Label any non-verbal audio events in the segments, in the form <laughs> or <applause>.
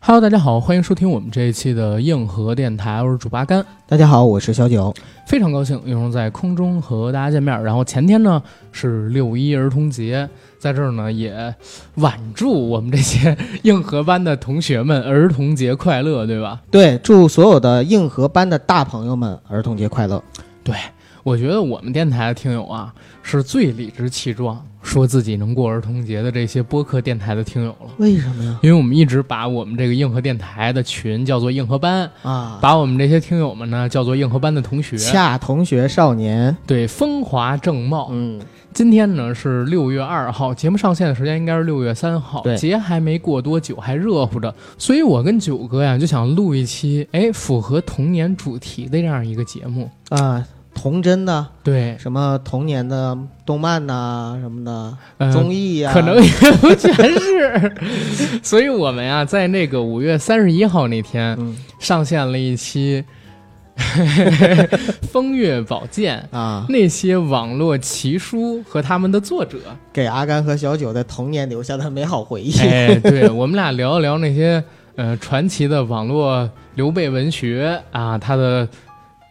Hello，大家好，欢迎收听我们这一期的硬核电台，我是主八甘，大家好，我是小九。非常高兴又能在空中和大家见面。然后前天呢是六一儿童节，在这儿呢也挽祝我们这些硬核班的同学们儿童节快乐，对吧？对，祝所有的硬核班的大朋友们儿童节快乐。我觉得我们电台的听友啊是最理直气壮说自己能过儿童节的这些播客电台的听友了。为什么呀？因为我们一直把我们这个硬核电台的群叫做硬核班，啊，把我们这些听友们呢叫做硬核班的同学。恰同学少年，对，风华正茂。嗯，今天呢是六月二号，节目上线的时间应该是六月三号，对节还没过多久，还热乎着，所以我跟九哥呀就想录一期，哎，符合童年主题的这样一个节目。啊，童真的对，什么童年的动漫呐、什么的、呃、综艺啊呀、可能也不全 <laughs> 是，所以我们呀在那个五月三十一号那天嗯上线了一期 <laughs> 《风月宝鉴》。啊， <laughs> 那些网络奇书和他们的作者，给阿甘和小九在童年留下的美好回忆。 <laughs> 哎， <laughs> 对，我们俩聊一聊那些呃传奇的网络刘备文学啊，他的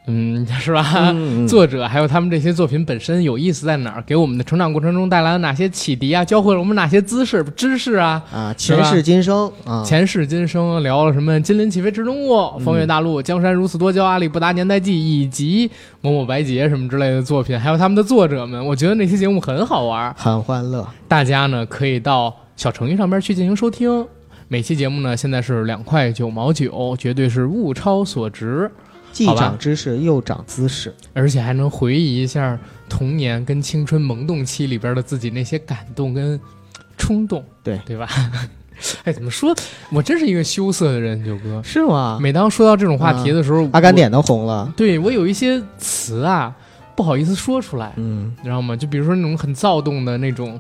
嗯是吧？嗯嗯作者还有他们这些作品本身有意思在哪儿？给我们的成长过程中带来了哪些启迪啊？教会了我们哪些姿势知识啊？啊，是吧前世今生啊，前世今生聊了什么？金鳞起飞池中物、风月大陆、江山如此多娇、阿里不达年代记以及某某白洁什么之类的作品，还有他们的作者们，我觉得那期节目很好玩儿。很欢乐。大家呢可以到小程序上边去进行收听。每期节目呢现在是两块九毛九，绝对是物超所值，既好吧长知识又长姿势，而且还能回忆一下童年跟青春萌动期里边的自己那些感动跟冲动，对对吧？ <laughs> 哎，怎么说？我真是一个羞涩的人，九哥。是吗？每当说到这种话题的时候，啊阿甘我脸都红了。对我有一些词啊不好意思说出来，嗯，你知道吗？就比如说那种很躁动的那种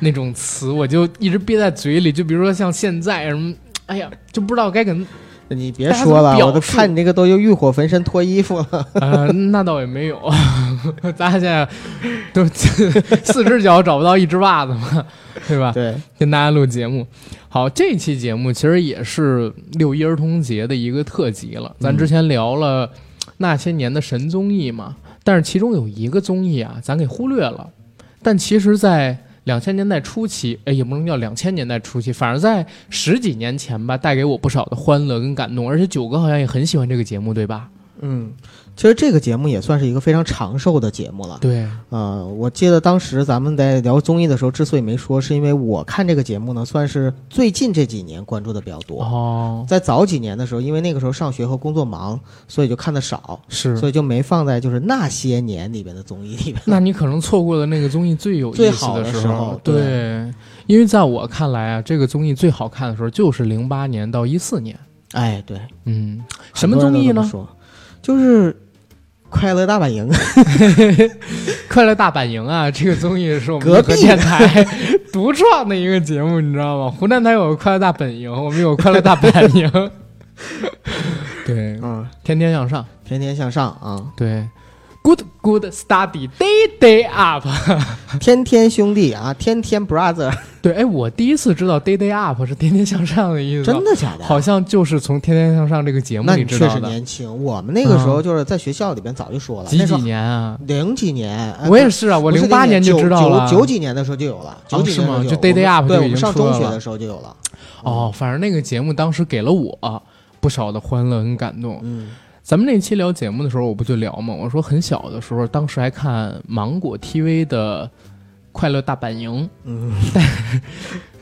那种词，我就一直憋在嘴里。就比如说像现在什么，哎呀，就不知道该跟 <laughs> 你别说大家怎了，么表我都述看你这个都又欲火焚身脱衣服了。呃，那倒也没有， <laughs> 咱俩现在都 <laughs> 四只脚找不到一只袜子嘛，对吧？对，跟大家录节目。好，这期节目其实也是六一儿童节的一个特辑了。咱之前聊了那些年的神综艺嘛，但是其中有一个综艺啊，咱给忽略了。但其实，在两千年代初期，哎，也不能叫两千年代初期，反而在十几年前吧，带给我不少的欢乐跟感动。而且九哥好像也很喜欢这个节目，对吧？嗯，其实这个节目也算是一个非常长寿的节目了。对，呃，我记得当时咱们在聊综艺的时候，之所以没说，是因为我看这个节目呢，算是最近这几年关注的比较多。哦，在早几年的时候，因为那个时候上学和工作忙，所以就嗯看的少，是。所以就没放在就是那些年里边的综艺 <laughs> 里边。那你可能错过了那个综艺最有意最思好的时时候对对因为在我看来啊，这个综艺最好看的时候就是零八年到一四年。哎，对，嗯，什很么多人综都艺这么呢？说就是《快乐大本营》快乐大本营啊，这个综艺是我们隔硬核壁电台独创的一个节目，你知道吗？湖南台有快乐大本营，我们有快乐大本营。 <laughs> 对，嗯，天天向上。 <laughs> 天天向上啊，对，Good Good Study Day Day Up。天天兄弟啊，天 <laughs> 天 brother，对，哎，我第一次知道 Day Day Up 是天天向上的意思。真的假的？好像就是从《天天向上》这个节目那里你知确道实的。嗯年轻，我们那个时候就是在学校里边早就说了，几那时几候年啊？零几年，哎我也是啊，我不是零八零年就知道了。哦九九九几年的时候就有了，九几是年吗的时候就 Day Day Up 对，就我已经们上出来中学了的时候就有了。哦，反正那个节目当时给了我不少的欢乐跟感动。嗯，咱们那期聊节目的时候，我不就聊吗？我说很小的时候，当时还看芒果 TV 的《快乐大本营》，嗯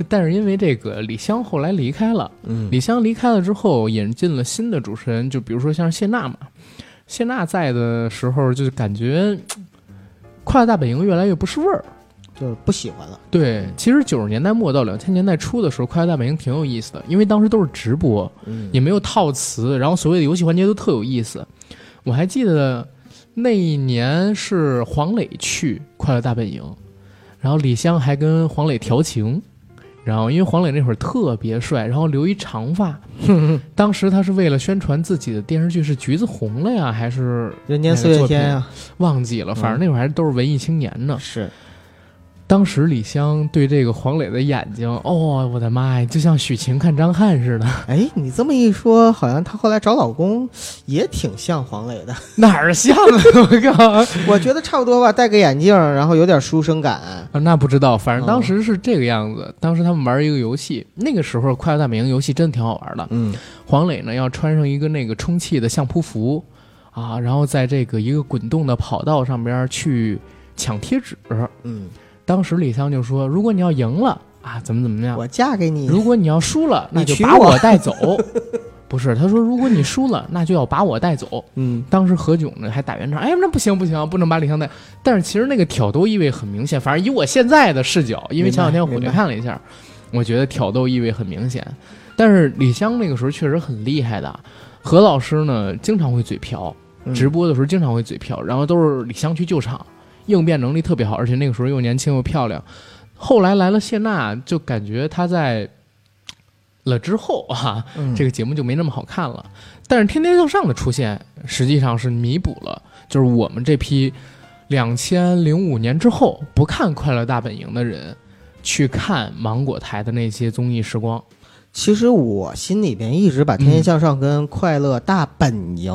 但 <laughs> 是因为这个李湘后来离开了，嗯李湘离开了之后，引进了新的主持人，就比如说像是谢娜嘛。谢娜在的时候，就是感觉《快乐大本营》越来越不是味儿。就是不喜欢了。对，其实九十年代末到两千年代初的时候，《快乐大本营》挺有意思的，因为当时都是直播，嗯，也没有套词，然后所谓的游戏环节都特有意思。我还记得那一年是黄磊去《快乐大本营》，然后李湘还跟黄磊调情，然后因为黄磊那会儿特别帅，然后留一长发，当时他是为了宣传自己的电视剧是《橘子红了呀》还是人间四月天啊，忘记了，反正那会儿还都是文艺青年呢。是当时李湘对这个黄磊的眼睛，哦，我的妈呀，就像许晴看张翰似的。 <laughs> 哎，你这么一说，好像她后来找老公也挺像黄磊的。哪儿像啊？我靠！我觉得差不多吧，戴个眼镜，然后有点书生感。啊，那不知道，反正当哦时是这个样子。当时他们玩一个游戏，那个时候《快乐大本营》游戏真的挺好玩的。嗯，黄磊呢要穿上一个那个充气的相扑服，啊，然后在这个一个滚动的跑道上边去抢贴纸。嗯，当时李湘就说：“如果你要赢了啊，怎么怎么样；我嫁给你，如果你要输了，那你就娶把我我 <laughs> 带走。” <laughs> 不是，他说如果你输了，那就要把我带走。嗯，当时何炅呢还打圆场，哎，那不行不行，不能把李湘带。但是其实那个挑逗意味很明显，反正以我现在的视角，因为明白前两天我回明去白看了一下，我觉得挑逗意味很明显。但是李湘那个时候确实很厉害的，何老师呢经常会嘴瓢，嗯直播的时候经常会嘴瓢，然后都是李湘去救场，应变能力特别好，而且那个时候又年轻又漂亮。后来来了谢娜，就感觉她在了之后啊，嗯这个节目就没那么好看了。但是《天天向上》的出现，实际上是弥补了，就是我们这批两千零五年之后不看《快乐大本营》的人，去看芒果台的那些综艺时光。其实我心里边一直把《天天向上》跟《快乐大本营》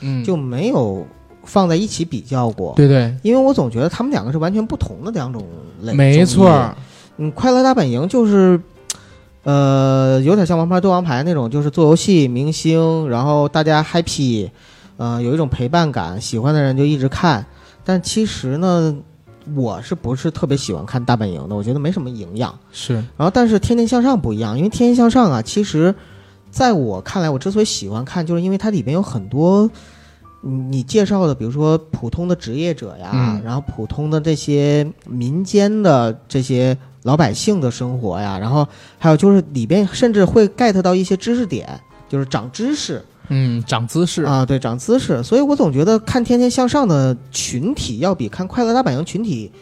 嗯，就没有放在一起比较过，对对，因为我总觉得他们两个是完全不同的两种类。没错综艺儿，嗯，《快乐大本营》就是，呃，有点像《王牌对王牌》那种，就是做游戏明星，然后大家 happy，呃，有一种陪伴感，喜欢的人就一直看。但其实呢，我是不是特别喜欢看大本营的？我觉得没什么营养。是然后，但是《天天向上》不一样，因为《天天向上》啊，其实在我看来，我之所以喜欢看，就是因为它里边有很多嗯你介绍的，比如说普通的职业者呀，嗯然后普通的这些民间的这些老百姓的生活呀，然后还有就是里边甚至会 get 到一些知识点，就是长知识嗯，长姿势，啊，对，长姿势。所以我总觉得看《天天向上》的群体要比看《快乐大本营》群体，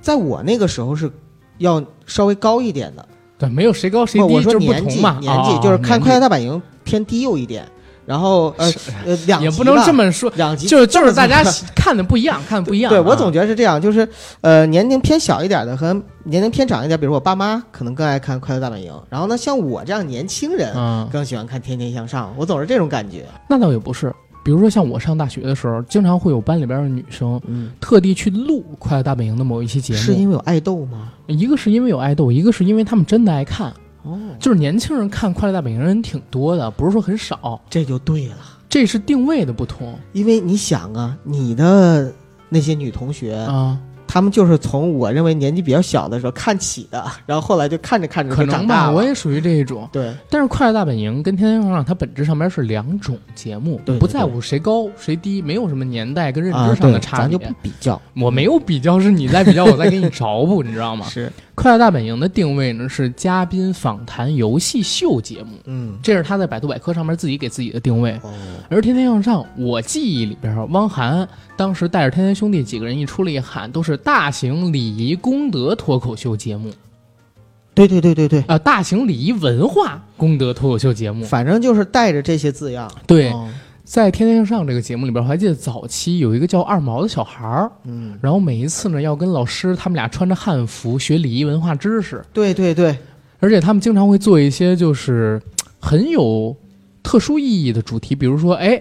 在我那个时候是要稍微高一点的。对，没有谁高谁不，低，我说就是不年纪同嘛，年纪哦就是看《快乐年纪大本营》偏低幼一点，然后呃呃两也集不能吧这么说，两集就是就是这么大家说喜看的不一样，看的不一样啊。对我总觉得是这样，就是呃年龄偏小一点的和年龄偏长一点，比如我爸妈可能更爱看《快乐大本营》，然后呢像我这样年轻人嗯，更喜欢看《天天向上》，我总是这种感觉。那倒也不是。比如说像我上大学的时候，经常会有班里边的女生嗯，特地去录《快乐大本营》的某一期节目，是因为有爱豆吗？一个是因为有爱豆，一个是因为他们真的爱看。哦，就是年轻人看《快乐大本营》人挺多的，不是说很少，这就对了，这是定位的不同因为你想啊，你的那些女同学，啊，她们就是从我认为年纪比较小的时候看起的，然后后来就看着看着可就能长吧，大了。我也属于这一种。对，但是《快乐大本营》跟《天天向上》它本质上面是两种节目，对对不在乎谁高谁低，没有什么年代跟认啊，知对，上的差咱别。就不比较。我没有比较，是你在比较，我在给你着补，你知 <laughs> 道吗？是，快乐大本营的定位呢是嘉宾访谈游戏秀节目，嗯，这是他在百度百科上面自己给自己的定位。哦，而《天天向上》，我记忆里边，汪涵当时带着天天兄弟几个人一出来一喊，都是大型礼仪公德脱口秀节目，对对对对对，啊，大型礼仪文化公德脱口秀节目。反正就是带着这些字样。嗯对，哦在《天天向上》这个节目里边，我还记得早期有一个叫二毛的小孩儿，嗯，然后每一次呢要跟老师他们俩穿着汉服学礼仪文化知识，对对对，而且他们经常会做一些就是嘖很有特殊意义的主题，比如说，哎，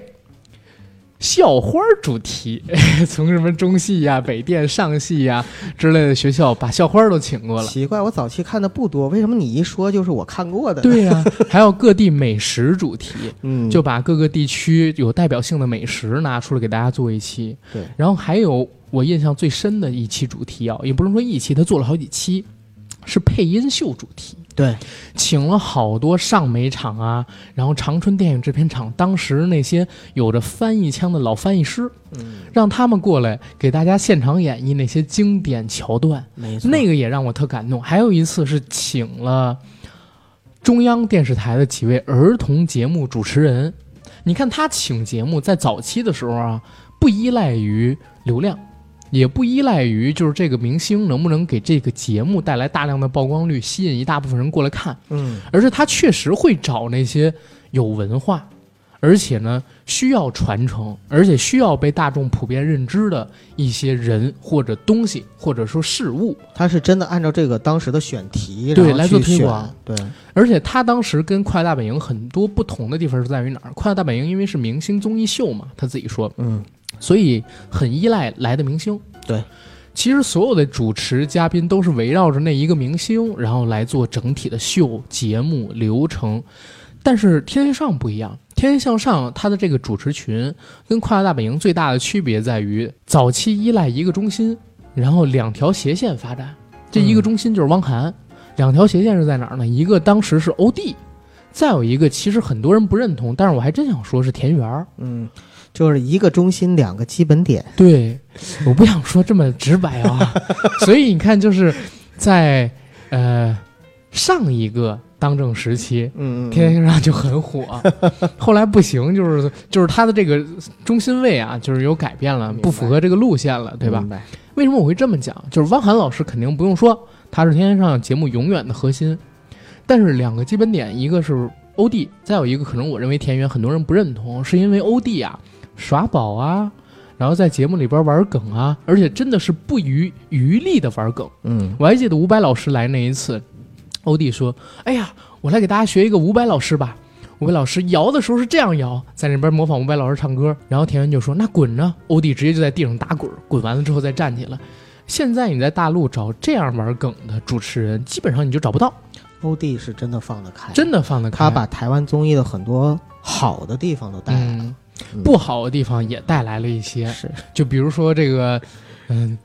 校花主题，哎从什么中戏呀、北电、上戏呀、之类的学校把校花都请过了。奇怪，我早期看的不多，为什么你一说就是我看过的？，对呀、还有各地美食主题，嗯，就把各个地区有代表性的美食拿出来给大家做一期。对，然后还有我印象最深的一期主题啊，也不能说一期，他做了好几期，是配音秀主题。对，请了好多上美厂啊，然后长春电影制片厂当时那些有着翻译腔的老翻译师，嗯，让他们过来给大家现场演绎那些经典桥段，没错，那个也让我特感动。还有一次是请了中央电视台的几位儿童节目主持人，你看他请节目在早期的时候啊，不依赖于流量。也不依赖于就是这个明星能不能给这个节目带来大量的曝光率，吸引一大部分人过来看。嗯，而是他确实会找那些有文化，而且呢需要传承，而且需要被大众普遍认知的一些人或者东西或者说事物。他是真的按照这个当时的选题，对然后来做去推选广，对，而且他当时跟《快乐大本营》很多不同的地方是在于哪儿？《快乐大本营》因为是明星综艺秀嘛，他自己说，嗯，所以很依赖来的明星。对，其实所有的主持嘉宾都是围绕着那一个明星，然后来做整体的秀节目流程。但是《天天向上》不一样，《天天向上》它的这个主持群跟《快乐大本营》最大的区别在于，早期依赖一个中心，然后两条斜线发展。这一个中心就是汪涵，两条斜线是在哪儿呢？一个当时是欧弟，再有一个其实很多人不认同，但是我还真想说是田园儿。嗯，就是一个中心，两个基本点，对，我不想说这么直白啊，所以你看，就是在呃上一个当政时期，嗯《天天向上》就很火，后来不行，就是就是它的这个中心位啊，就是有改变了，明白不符合这个路线了，对吧？嗯明白为什么我会这么讲？就是汪涵老师肯定不用说，他是《天天向上》节目永远的核心，但是两个基本点，一个是欧弟，再有一个可能我认为田园很多人不认同，是因为欧弟啊耍宝啊，然后在节目里边玩梗啊，而且真的是不遗余力的玩梗。嗯，我还记得伍佰老师来那一次，欧弟说：“哎呀，我来给大家学一个伍佰老师吧。”伍佰老师摇的时候是这样摇，在那边模仿伍佰老师唱歌。然后田园就说：“那滚呢？”欧弟直接就在地上打滚，滚完了之后再站起来。现在你在大陆找这样玩梗的主持人，基本上你就找不到，欧弟是真的放得开，真的放得开。他把台湾综艺的很多好的地方都带来了，嗯嗯不好的地方也带来了一些，是就比如说这个，嗯，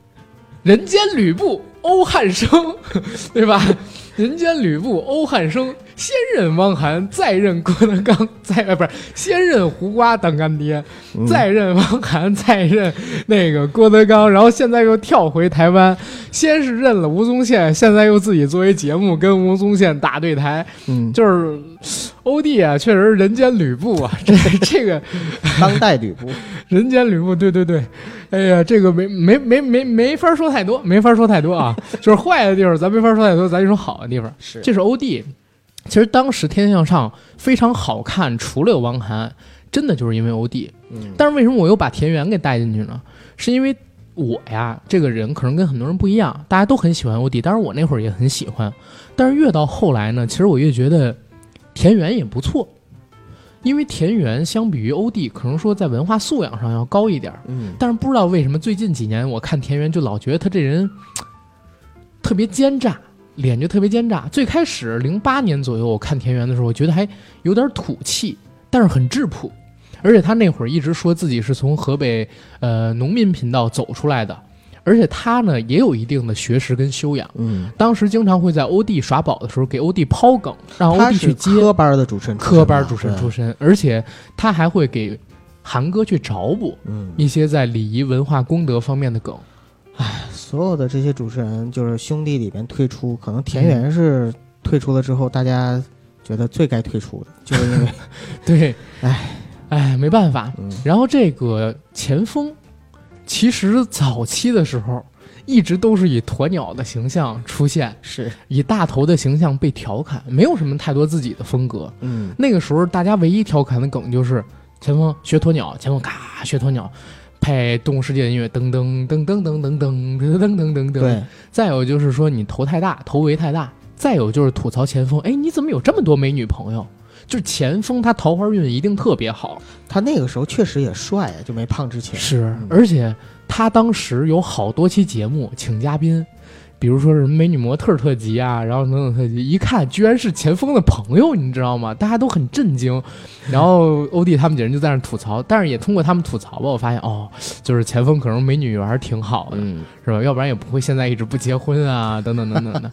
人间吕布欧汉声， <laughs> 对吧？人间吕布欧汉声，先任汪涵，再任郭德纲，再呃不是先任胡瓜当干爹，嗯再任汪涵，再任那个郭德纲，然后现在又跳回台湾，先是认了吴宗宪，现在又自己作为节目跟吴宗宪打对台，嗯，就是欧弟啊，确实是人间吕布啊，这 <laughs> 这个。当代吕布，人间吕布，对对对，哎呀，这个没没没没没法说太多，没法说太多啊，就是坏的地方咱没法说太多，咱就说好的地方。 <laughs> 是这是欧弟，其实当时《天天向上》非常好看，除了有汪涵，真的就是因为欧弟。嗯但是为什么我又把田园给带进去呢？是因为我呀，这个人可能跟很多人不一样，大家都很喜欢欧弟，当然我那会儿也很喜欢，但是越到后来呢，其实我越觉得田园也不错，因为田园相比于欧弟，可能说在文化素养上要高一点儿，嗯但是不知道为什么最近几年我看田园就老觉得他这人特别奸诈。脸就特别奸诈。最开始零八年左右我看田园的时候，我觉得还有点土气，但是很质朴。而且他那会儿一直说自己是从河北呃农民频道走出来的，而且他呢也有一定的学识跟修养。嗯，当时经常会在欧弟耍宝的时候给欧弟抛梗，让欧他弟去是接科班的主持人出身嘛，科班主持人对出身，而且他还会给韩哥去找补嗯，一些在礼仪文化公德方面的梗。所有的这些主持人就是兄弟里边退出，可能田园是退出了之后，大家觉得最该退出的，就是因为对，唉。哎，没办法嗯然后这个前锋，其实早期的时候一直都是以鸵鸟的形象出现， <laughs> 是以大头的形象被调侃，没有什么太多自己的风格。嗯那个时候大家唯一调侃的梗就是前锋学鸵鸟，前锋咔学鸵鸟，配动物世界的音乐，噔噔噔噔噔噔噔噔噔噔噔噔。。对，再有就是说你头太大，头围太大。再有就是吐槽前锋，哎，你怎么有这么多美女朋友？就是前锋他桃花运一定特别好，他那个时候确实也帅啊，就没胖之前是嗯，而且他当时有好多期节目请嘉宾，比如说是美女模特特辑啊，然后等等特辑，一看居然是前锋的朋友，你知道吗？大家都很震惊，然后 <laughs> 欧弟他们几人就在那吐槽，但是也通过他们吐槽吧，我发现哦，就是前锋可能美女缘儿挺好的，嗯是吧？要不然也不会现在一直不结婚啊， <laughs> 等等等等的。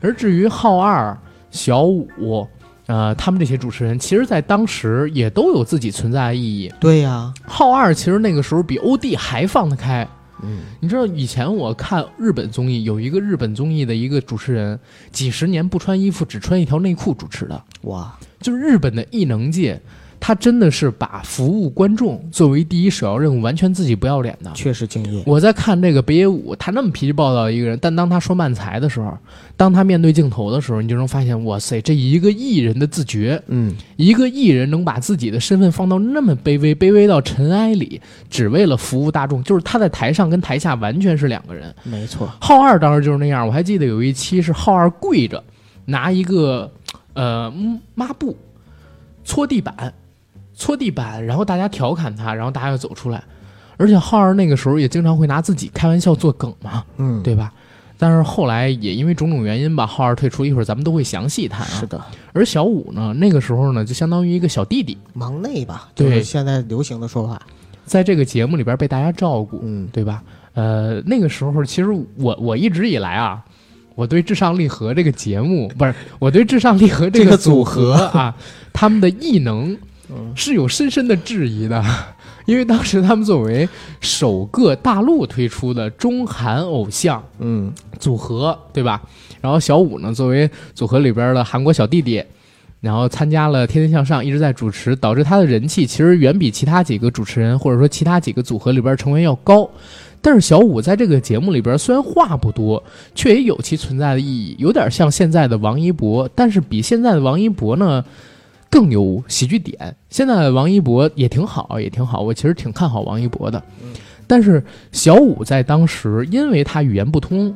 而至于浩二、小五。呃，他们这些主持人，其实，在当时也都有自己存在的意义。对呀、浩二其实那个时候比欧弟还放得开。嗯你知道以前我看日本综艺，有一个日本综艺的一个主持人，几十年不穿衣服，只穿一条内裤主持的，哇，就是日本的艺能界。他真的是把服务观众作为第一首要任务，完全自己不要脸的。确实敬业。我在看这个北野武，他那么脾气暴躁的一个人，但当他说慢才的时候，当他面对镜头的时候，你就能发现，哇塞，这一个艺人的自觉，嗯，一个艺人能把自己的身份放到那么卑微，卑微到尘埃里，只为了服务大众，就是他在台上跟台下完全是两个人。没错，浩二当时就是那样，我还记得有一期是浩二跪着拿一个呃嗯抹布搓地板，搓地板，然后大家调侃他，然后大家又走出来。而且浩二那个时候也经常会拿自己开玩笑做梗嘛，嗯，对吧？但是后来也因为种种原因吧，浩二退出，一会儿咱们都会详细谈啊是。的，而小五呢，那个时候呢，就相当于一个小弟弟，忙内吧，就对是现在流行的说法。在这个节目里边被大家照顾，嗯对吧？呃，那个时候其实我我一直以来啊，我对《至上励合》这个节目不是我对《至上励合》这个个组组合合 <laughs> 啊，他们的异能嗯是有深深的质疑的， <laughs> 因为当时他们作为首个大陆推出的中韩偶像嗯，组合，对吧？然后小五呢，作为组合里边的韩国小弟弟。然后参加了《天天向上》，一直在主持，导致他的人气其实远比其他几个主持人或者说其他几个组合里边成员要高。但是小五在这个节目里边虽然话不多，却也有其存在的意义，有点像现在的王一博，但是比现在的王一博呢更有喜剧点。现在的王一博也挺好，也挺好，我其实挺看好王一博的。但是小五在当时，因为他语言不通，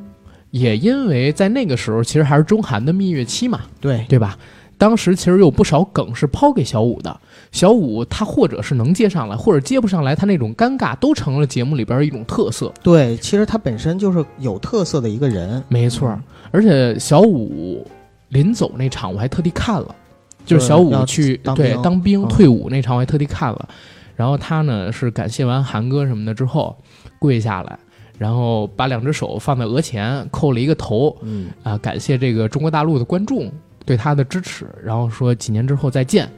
也因为在那个时候其实还是中韩的蜜月期嘛，对，对吧？当时其实有不少梗是抛给小五的，小五他或者是能接上来，或者接不上来，他那种尴尬都成了节目里边儿一种特色。对，其实他本身就是有特色的一个人。没错儿，而且小五临走那场我还特地看了，就是小要五去当对兵当兵嗯退伍那场我还特地看了。然后他呢是感谢完韩哥什么的之后，跪下来，然后把两只手放在额前，扣了一个头，嗯，啊、感谢这个中国大陆的观众对他的支持，然后说几年之后再见。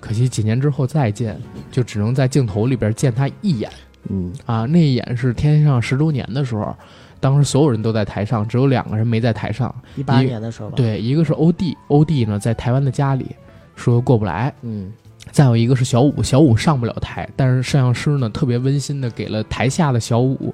可惜几年之后再见，就只能在镜头里边见他一眼嗯，啊！那一眼是《天天上》十周年的时候，当时所有人都在台上，只有两个人没在台上。一八一年的时候吧。，对，一个是欧弟，欧弟呢在台湾的家里说过不来，嗯，再有一个是小五，小五上不了台，但是摄像师呢特别温馨的给了台下的小五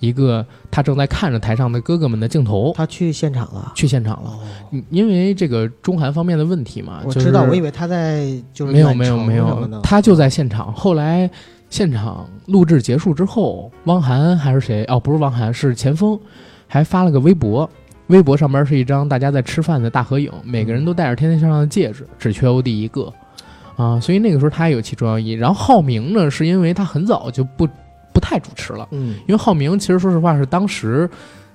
一个他正在看着台上的哥哥们的镜头，他去现场了。去现场了。哦，嗯因为这个中韩方面的问题嘛，我就知道，是我以为他在就是没有远没有程没什么有的，他就在现场。后来现场录制结束之后，汪涵还是谁？哦，不是汪涵，是钱枫，还发了个微博。微博上面是一张大家在吃饭的大合影，每个人都戴着《天天向上》的戒指，只缺欧弟一个啊！所以那个时候他也有其中要意义。然后浩明呢，是因为他很早就不不太主持了，嗯因为浩明其实说实话是当时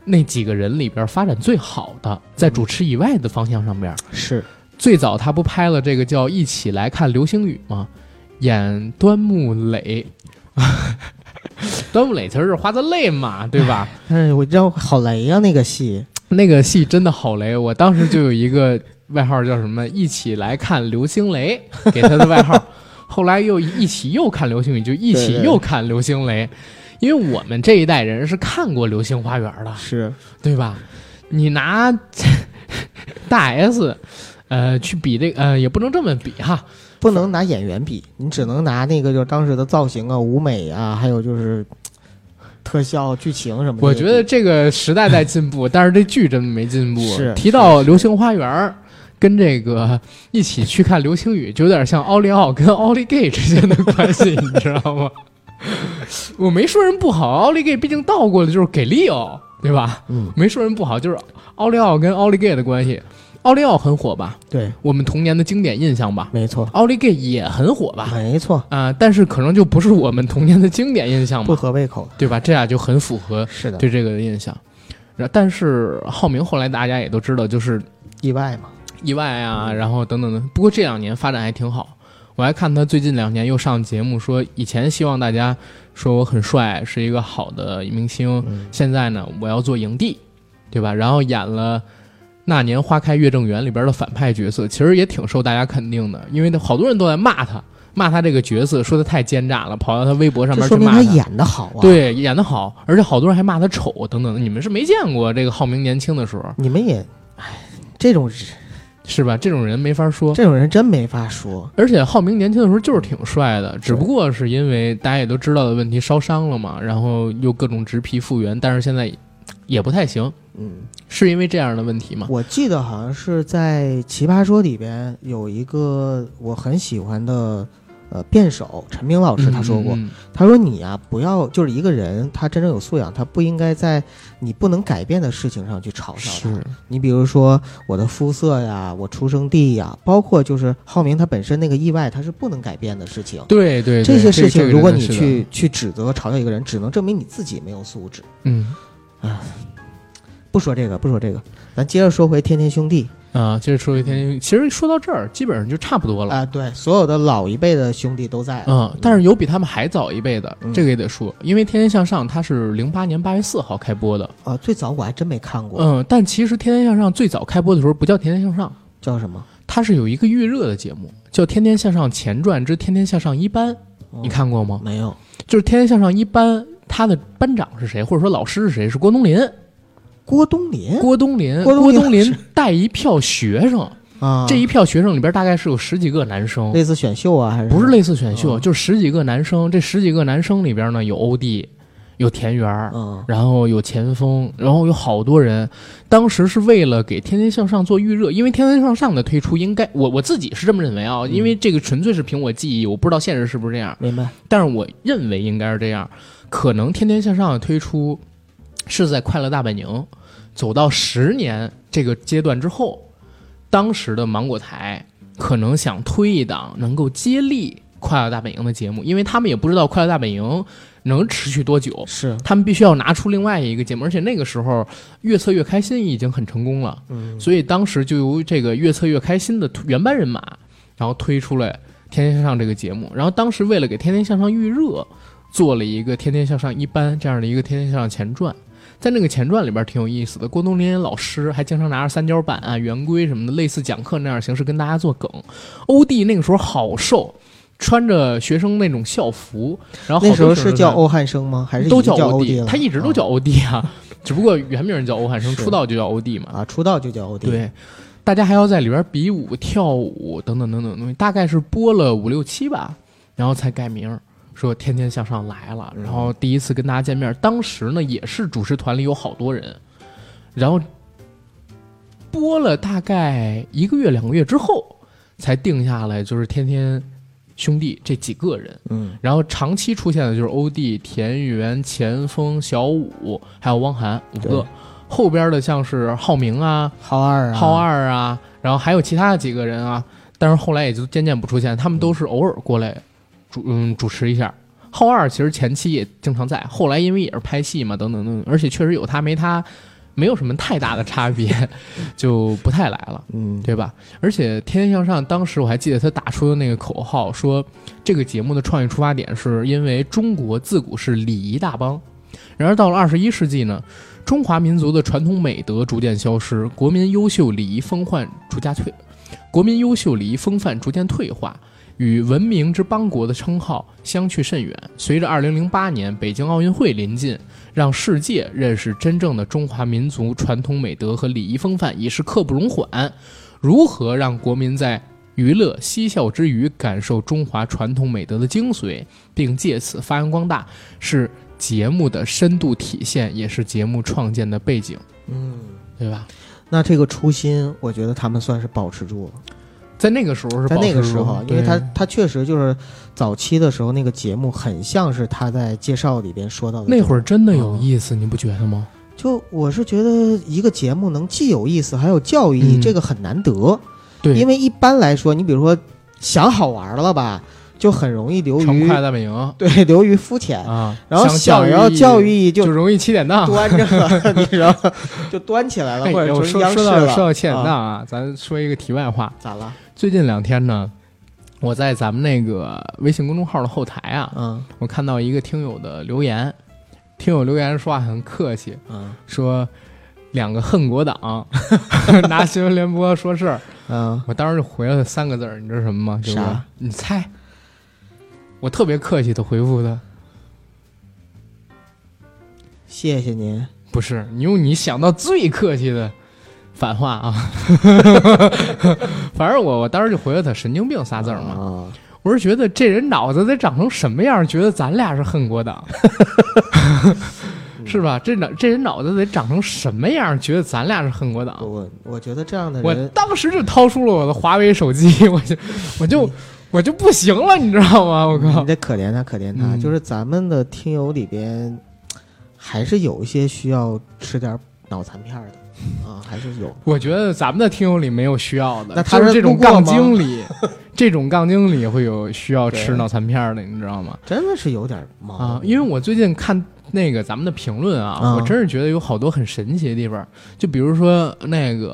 那几个人里边发展最好的，嗯在主持以外的方向上边。是最早他不拍了这个叫《一起来看流星雨》吗？演端木磊， <laughs> 端木磊其实是花泽类嘛，对吧？但是我知道好雷呀、那个戏，那个戏真的好雷，我当时就有一个外号叫什么“一起来看流星雷”，给他的外号。后来又一起又看流星雨，就一对起对又看流星雷，因为我们这一代人是看过《流星花园》的，是对吧？你拿 <laughs> 大 S，呃，去比这个，呃，也不能这么比哈，不能拿演员比，你只能拿那个就是当时的造型啊、舞美啊，还有就是特效、剧情什么的。我觉得这个时代在进步，但是这剧真的没进步。是提到《流星花园》，跟这个一起去看流星雨，就有点像奥利奥跟奥利给之间的关系， <laughs> 你知道吗？我没说人不好，奥利给毕竟倒过来就是给力哦，对吧？嗯，没说人不好，就是奥利奥跟奥利给的关系。奥利奥很火吧？对，我们童年的经典印象吧。没错，奥利给也很火吧？没错，啊、但是可能就不是我们童年的经典印象不吧，合胃口。对吧？这俩就很符合是的，对这个的印象。然后但是浩明后来大家也都知道，就是意外嘛。意外嗯啊，然后等等的。不过这两年发展还挺好，我还看他最近两年又上节目说，以前希望大家说我很帅，是一个好的明星，嗯现在呢我要做影帝，对吧？然后演了。那年花开月正圆里边的反派角色，其实也挺受大家肯定的，因为他好多人都在骂他，骂他这个角色，说他太奸诈了，跑到他微博上这面去说明骂他演的好啊。，对，演得好，而且好多人还骂他丑等等的。你们是没见过这个浩明年轻的时候，你们也，哎，这种是吧？这种人没法说。这种人真没法说。而且浩明年轻的时候就是挺帅的，只不过是因为大家也都知道的问题，烧伤了嘛，然后又各种植皮复原，但是现在也不太行，嗯，是因为这样的问题吗？我记得好像是在《奇葩说》里边有一个我很喜欢的呃辩手陈明老师，他说过，嗯，嗯他说你啊，不要就是一个人，他真正有素养，他不应该在你不能改变的事情上去嘲嗯笑他。是，你比如说我的肤色呀，我出生地呀，包括就是浩明他本身那个意外，他是不能改变的事情。对对，对这些事这情，个如果真你的是的去去指责、嘲笑一个人，只能证明你自己没有素质。嗯不说这个，不说这个，咱接着说回天天兄弟啊，接着说一天，其实说到这儿，基本上就差不多了。啊、对，所有的老一辈的兄弟都在了嗯，但是有比他们还早一辈的，嗯这个也得说，因为《天天向上》它是零八年八月四号开播的，啊、最早我还真没看过，嗯，但其实《天天向上》最早开播的时候不叫《天天向上》，叫什么？它是有一个预热的节目，叫《天天向上前传之天天向上一班》，哦你看过吗？没有？就是《天天向上一班》，它的班长是谁，或者说老师是谁？是郭冬临。郭冬临郭冬临，嗯郭冬临冬是临带一票学生，啊，这一票学生里边大概是有十几个男生，类似选秀啊，还是不是类似选秀，嗯就是十几个男生，这十几个男生里边呢有欧弟，有田园儿，嗯然后有前锋，然后有好多人。当时是为了给《天天向上》做预热，因为《天天向上》的推出应该我我自己是这么认为啊，因为这个纯粹是凭我记忆，我不知道现实是不是这样，明白但是我认为应该是这样。可能《天天向上》的推出是在《快乐大本营》走到十年这个阶段之后，当时的芒果台可能想推一档能够接力《快乐大本营》的节目，因为他们也不知道《快乐大本营》能持续多久，是他们必须要拿出另外一个节目，而且那个时候《越策越开心》已经很成功了，嗯所以当时就由这个《越策越开心》的原班人马，然后推出了《天天向上》这个节目。然后当时为了给《天天向上》预热，做了一个《天天向上一班》这样的一个《天天向上》前传。在那个前传里边挺有意思的，郭冬临老师还经常拿着三角板啊、圆规什么的，类似讲课那样形式跟大家做梗。欧弟那个时候好瘦，穿着学生那种校服，然后好多那时候学是生叫在欧汉生吗？还是已都经叫欧弟弟了？，他一直都叫欧弟啊，只不过原名叫欧汉生，是出道就叫欧弟嘛。啊，出道就叫欧弟。，对，大家还要在里边比武、跳舞等等等等东西，大概是播了五六期吧，然后才改名儿，说《天天向上》来了。然嗯后第一次跟大家见面，当时呢也是主持团里有好多人，然后播了大概一个月、两个月之后，才定下来就是天天兄弟这几个人。嗯，然后长期出现的就是欧弟、田园、前锋、小五，还有汪涵五对个。后边的像是浩明啊、浩二啊，浩二啊，然后还有其他的几个人啊，但是后来也就渐渐不出现，他们都嗯是偶尔过来主嗯主持一下。浩二其实前期也经常在，后来因为也是拍戏嘛，等等等等，而且确实有他没他，没有什么太大的差别，就不太来了。嗯，对吧？而且《天天向上》当时我还记得他打出的那个口号，说这个节目的创意出发点是因为中国自古是礼仪大邦，然而到了二十一世纪呢，中华民族的传统美德逐渐消失，国民优秀礼仪风范逐渐退，国民优秀礼仪风范逐渐退化。与文明之邦国的称号相去甚远。随着2008年北京奥运会临近，让世界认识真正的中华民族传统美德和礼仪风范已是刻不容缓。如何让国民在娱乐嬉笑之余感受中华传统美德的精髓，并借此发扬光大，是节目的深度体现，也是节目创建的背景，嗯，对吧？那这个初心，我觉得他们算是保持住了。在那个时候是在保持那个时候，住因为对他他确实就是早期的时候，那个节目很像是他在介绍里边说到的这那种。会儿真的有意思，你不觉得吗？就我是觉得一个节目能既有意思还有教育意义，嗯这个很难得。对，因为一般来说，你比如说想好玩了吧，就很容易流成于快大本营对流于肤浅，啊，然后像想要意义教育意义就就容易起点档。端着 <laughs> 了，你知道吗，就端起来了，哎或者我成说央视说到了。说到起点档啊啊，咱说一个题外话。咋了？最近两天呢，我在咱们那个微信公众号的后台啊，嗯我看到一个听友的留言，听友留言说话很客气，嗯说两个恨国党 <laughs> 拿新闻联播说事儿，嗯，我当时就回了三个字儿，你知道什么吗？就是啥你猜。我特别客气的回复他，谢谢您。不是你用你想到最客气的反话啊， <laughs> 反正我我当时就回了他神经病仨字儿嘛，啊，我是觉得这人脑子得长成什么样，觉得咱俩是恨 <laughs> 国党，是吧？这脑这人脑子得长成什么样，觉得咱俩是恨国党？我我觉得这样的我哦人，当时就掏出了我的华为手机， <laughs> 我就我就我就不行了，你知道吗？我靠嗯你，得可怜他，可怜他。嗯就是咱们的听友里边，还是有一些需要吃点脑残片儿的啊，还是有。我觉得咱们的听友里没有需要的，那他他是是这种路过杠吗精 <laughs> 里，这种杠精里会有需要吃对脑残片儿的，你知道吗？真的是有点忙啊，因为我最近看那个咱们的评论啊，嗯我真是觉得有好多很神奇的地方，就比如说那个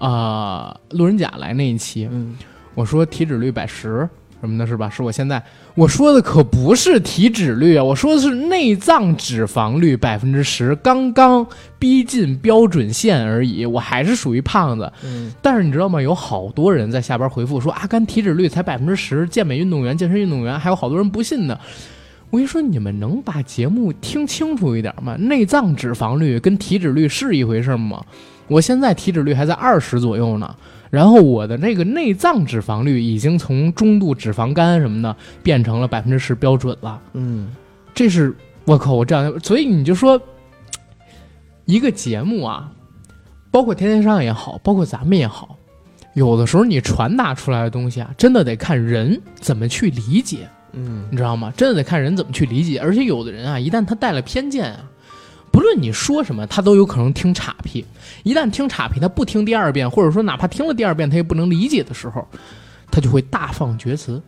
啊、路人甲来那一期，嗯，我说体脂率百十什么的，是吧？是我现在我说的可不是体脂率啊，我说的是内脏脂肪率百分之十，刚刚逼近标准线而已，我还是属于胖子。嗯，但是你知道吗？有好多人在下边回复说：“阿甘体脂率才百分之十，健美运动员、健身运动员，还有好多人不信呢。”我跟你说，你们能把节目听清楚一点吗？内脏脂肪率跟体脂率是一回事吗？我现在体脂率还在二十左右呢，然后我的那个内脏脂肪率已经从中度脂肪肝什么的变成了百分之十标准了。嗯，这是我靠，我这样，所以你就说一个节目啊，包括《天天上》也好，包括咱们也好，有的时候你传达出来的东西啊，真的得看人怎么去理解，嗯，你知道吗？真的得看人怎么去理解。而且有的人啊，一旦他带了偏见啊，不论你说什么，他都有可能听岔劈。一旦听岔劈，他不听第二遍，或者说哪怕听了第二遍，他也不能理解的时候，他就会大放厥词。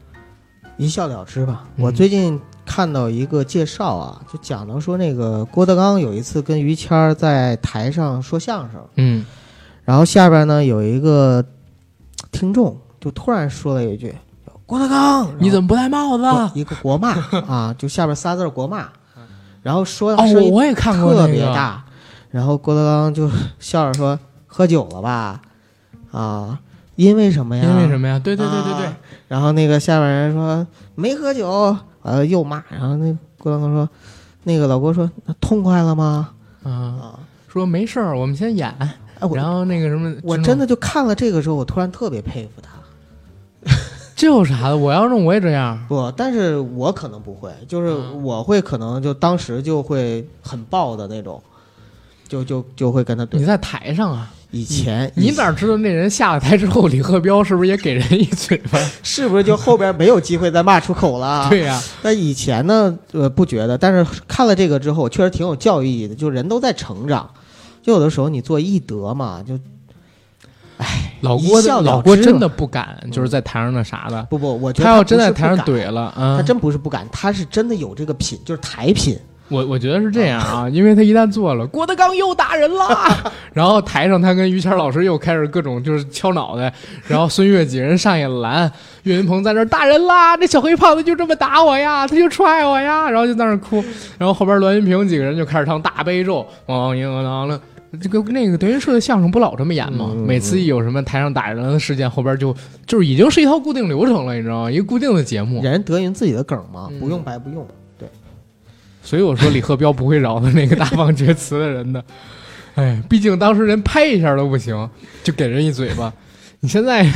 一笑了之吧。嗯我最近看到一个介绍啊，就讲到说那个郭德纲有一次跟于谦儿在台上说相声，嗯然后下边呢有一个听众就突然说了一句：“郭德纲，你么怎么不戴帽子？啊？一个 <laughs> 国骂啊？”就下边仨字儿国骂，然后说哦，声音我也看过特那别个大，然后郭德纲就笑着说：“喝酒了吧？啊，因为什么呀？因为什么呀？对对对对对，啊然后那个下边人说没喝酒，呃，又骂。然后那郭德纲说，那个老郭说那痛快了吗？啊，啊，说没事儿，我们先演，哎，我然后那个什么，这我种真的就看了这个时候，我突然特别佩服他。这有啥的？我要是我也这样，不，但是我可能不会，就是嗯我会可能就当时就会很爆的那种，就就就会跟他你怼。在台上啊，以前你以前哪知道那人下了台之后，李鹤彪是不是也给人一嘴巴？是不是就后边没有机会再骂出口了啊？对呀，但以前呢，呃，不觉得，但是看了这个之后，确实挺有教育意义的。就人都在成长，就有的时候你做艺德嘛，就老郭一笑的了之老郭真的不敢，就是在台上那啥的，不不，我觉得他要不是真在不台上敢，怼了啊他，真不是不敢，他是真的有这个品，就是台品。我我觉得是这样啊，因为他一旦做了，郭德纲又打人 <laughs> 啦，然后台上他跟于谦老师又开始各种就是敲脑袋，然后孙越几人上也拦，岳云鹏在那儿打人啦，这小黑胖子就这么打我呀，他就踹我呀，然后就在那儿哭，然后后边栾云平几个人就开始唱大悲咒，王英郎了。这个那个德云社的相声不老这么演吗？嗯嗯每次一有什么台上打人的事件，后边就就是已经是一套固定流程了，你知道吗？一个固定的节目。人德云自己的梗嘛，嗯不用白不用。对，所以我说李鹤彪不会饶的那个大放厥词的人的。 <laughs> 哎，毕竟当时人拍一下都不行，就给人一嘴巴。你现在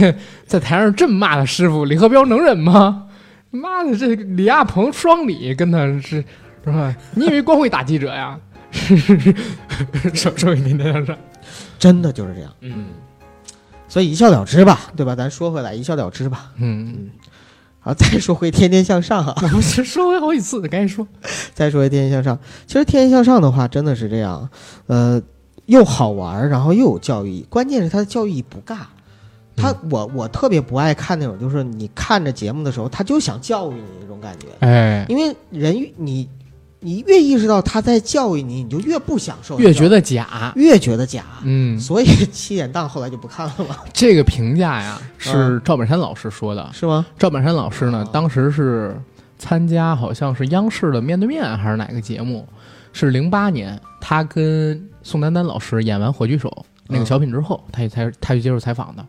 在台上这么骂他师傅，李鹤彪能忍吗？妈的，这李亚鹏双李跟他是是吧？你以为光会打记者呀？ <laughs> 是是是，手手给您那样上。真的就是这样，嗯所以一笑了之吧，对吧？咱说回来，一笑了之吧。嗯，好， <laughs> 再说回《天天向上》啊， <laughs> 我是说回好几次，赶紧说。再说回《天天向上》。其实《天天向上》的话，真的是这样，呃，又好玩儿，然后又有教育意义，关键是它的教育意义不尬。他嗯我我特别不爱看那种，就是你看着节目的时候，他就想教育你那种感觉。哎，因为人越你你越意识到他在教育你，你就越不享受，越觉得假。越觉得假。嗯，所以七点档后来就不看了 <laughs> 嘛，这个评价呀是嗯赵本山老师说的。是吗？赵本山老师呢啊，当时是参加好像是央视的《面对面》还是哪个节目，是零八年，他跟宋丹丹老师演完《火炬手》那个小品之后，他也才他去接受采访的。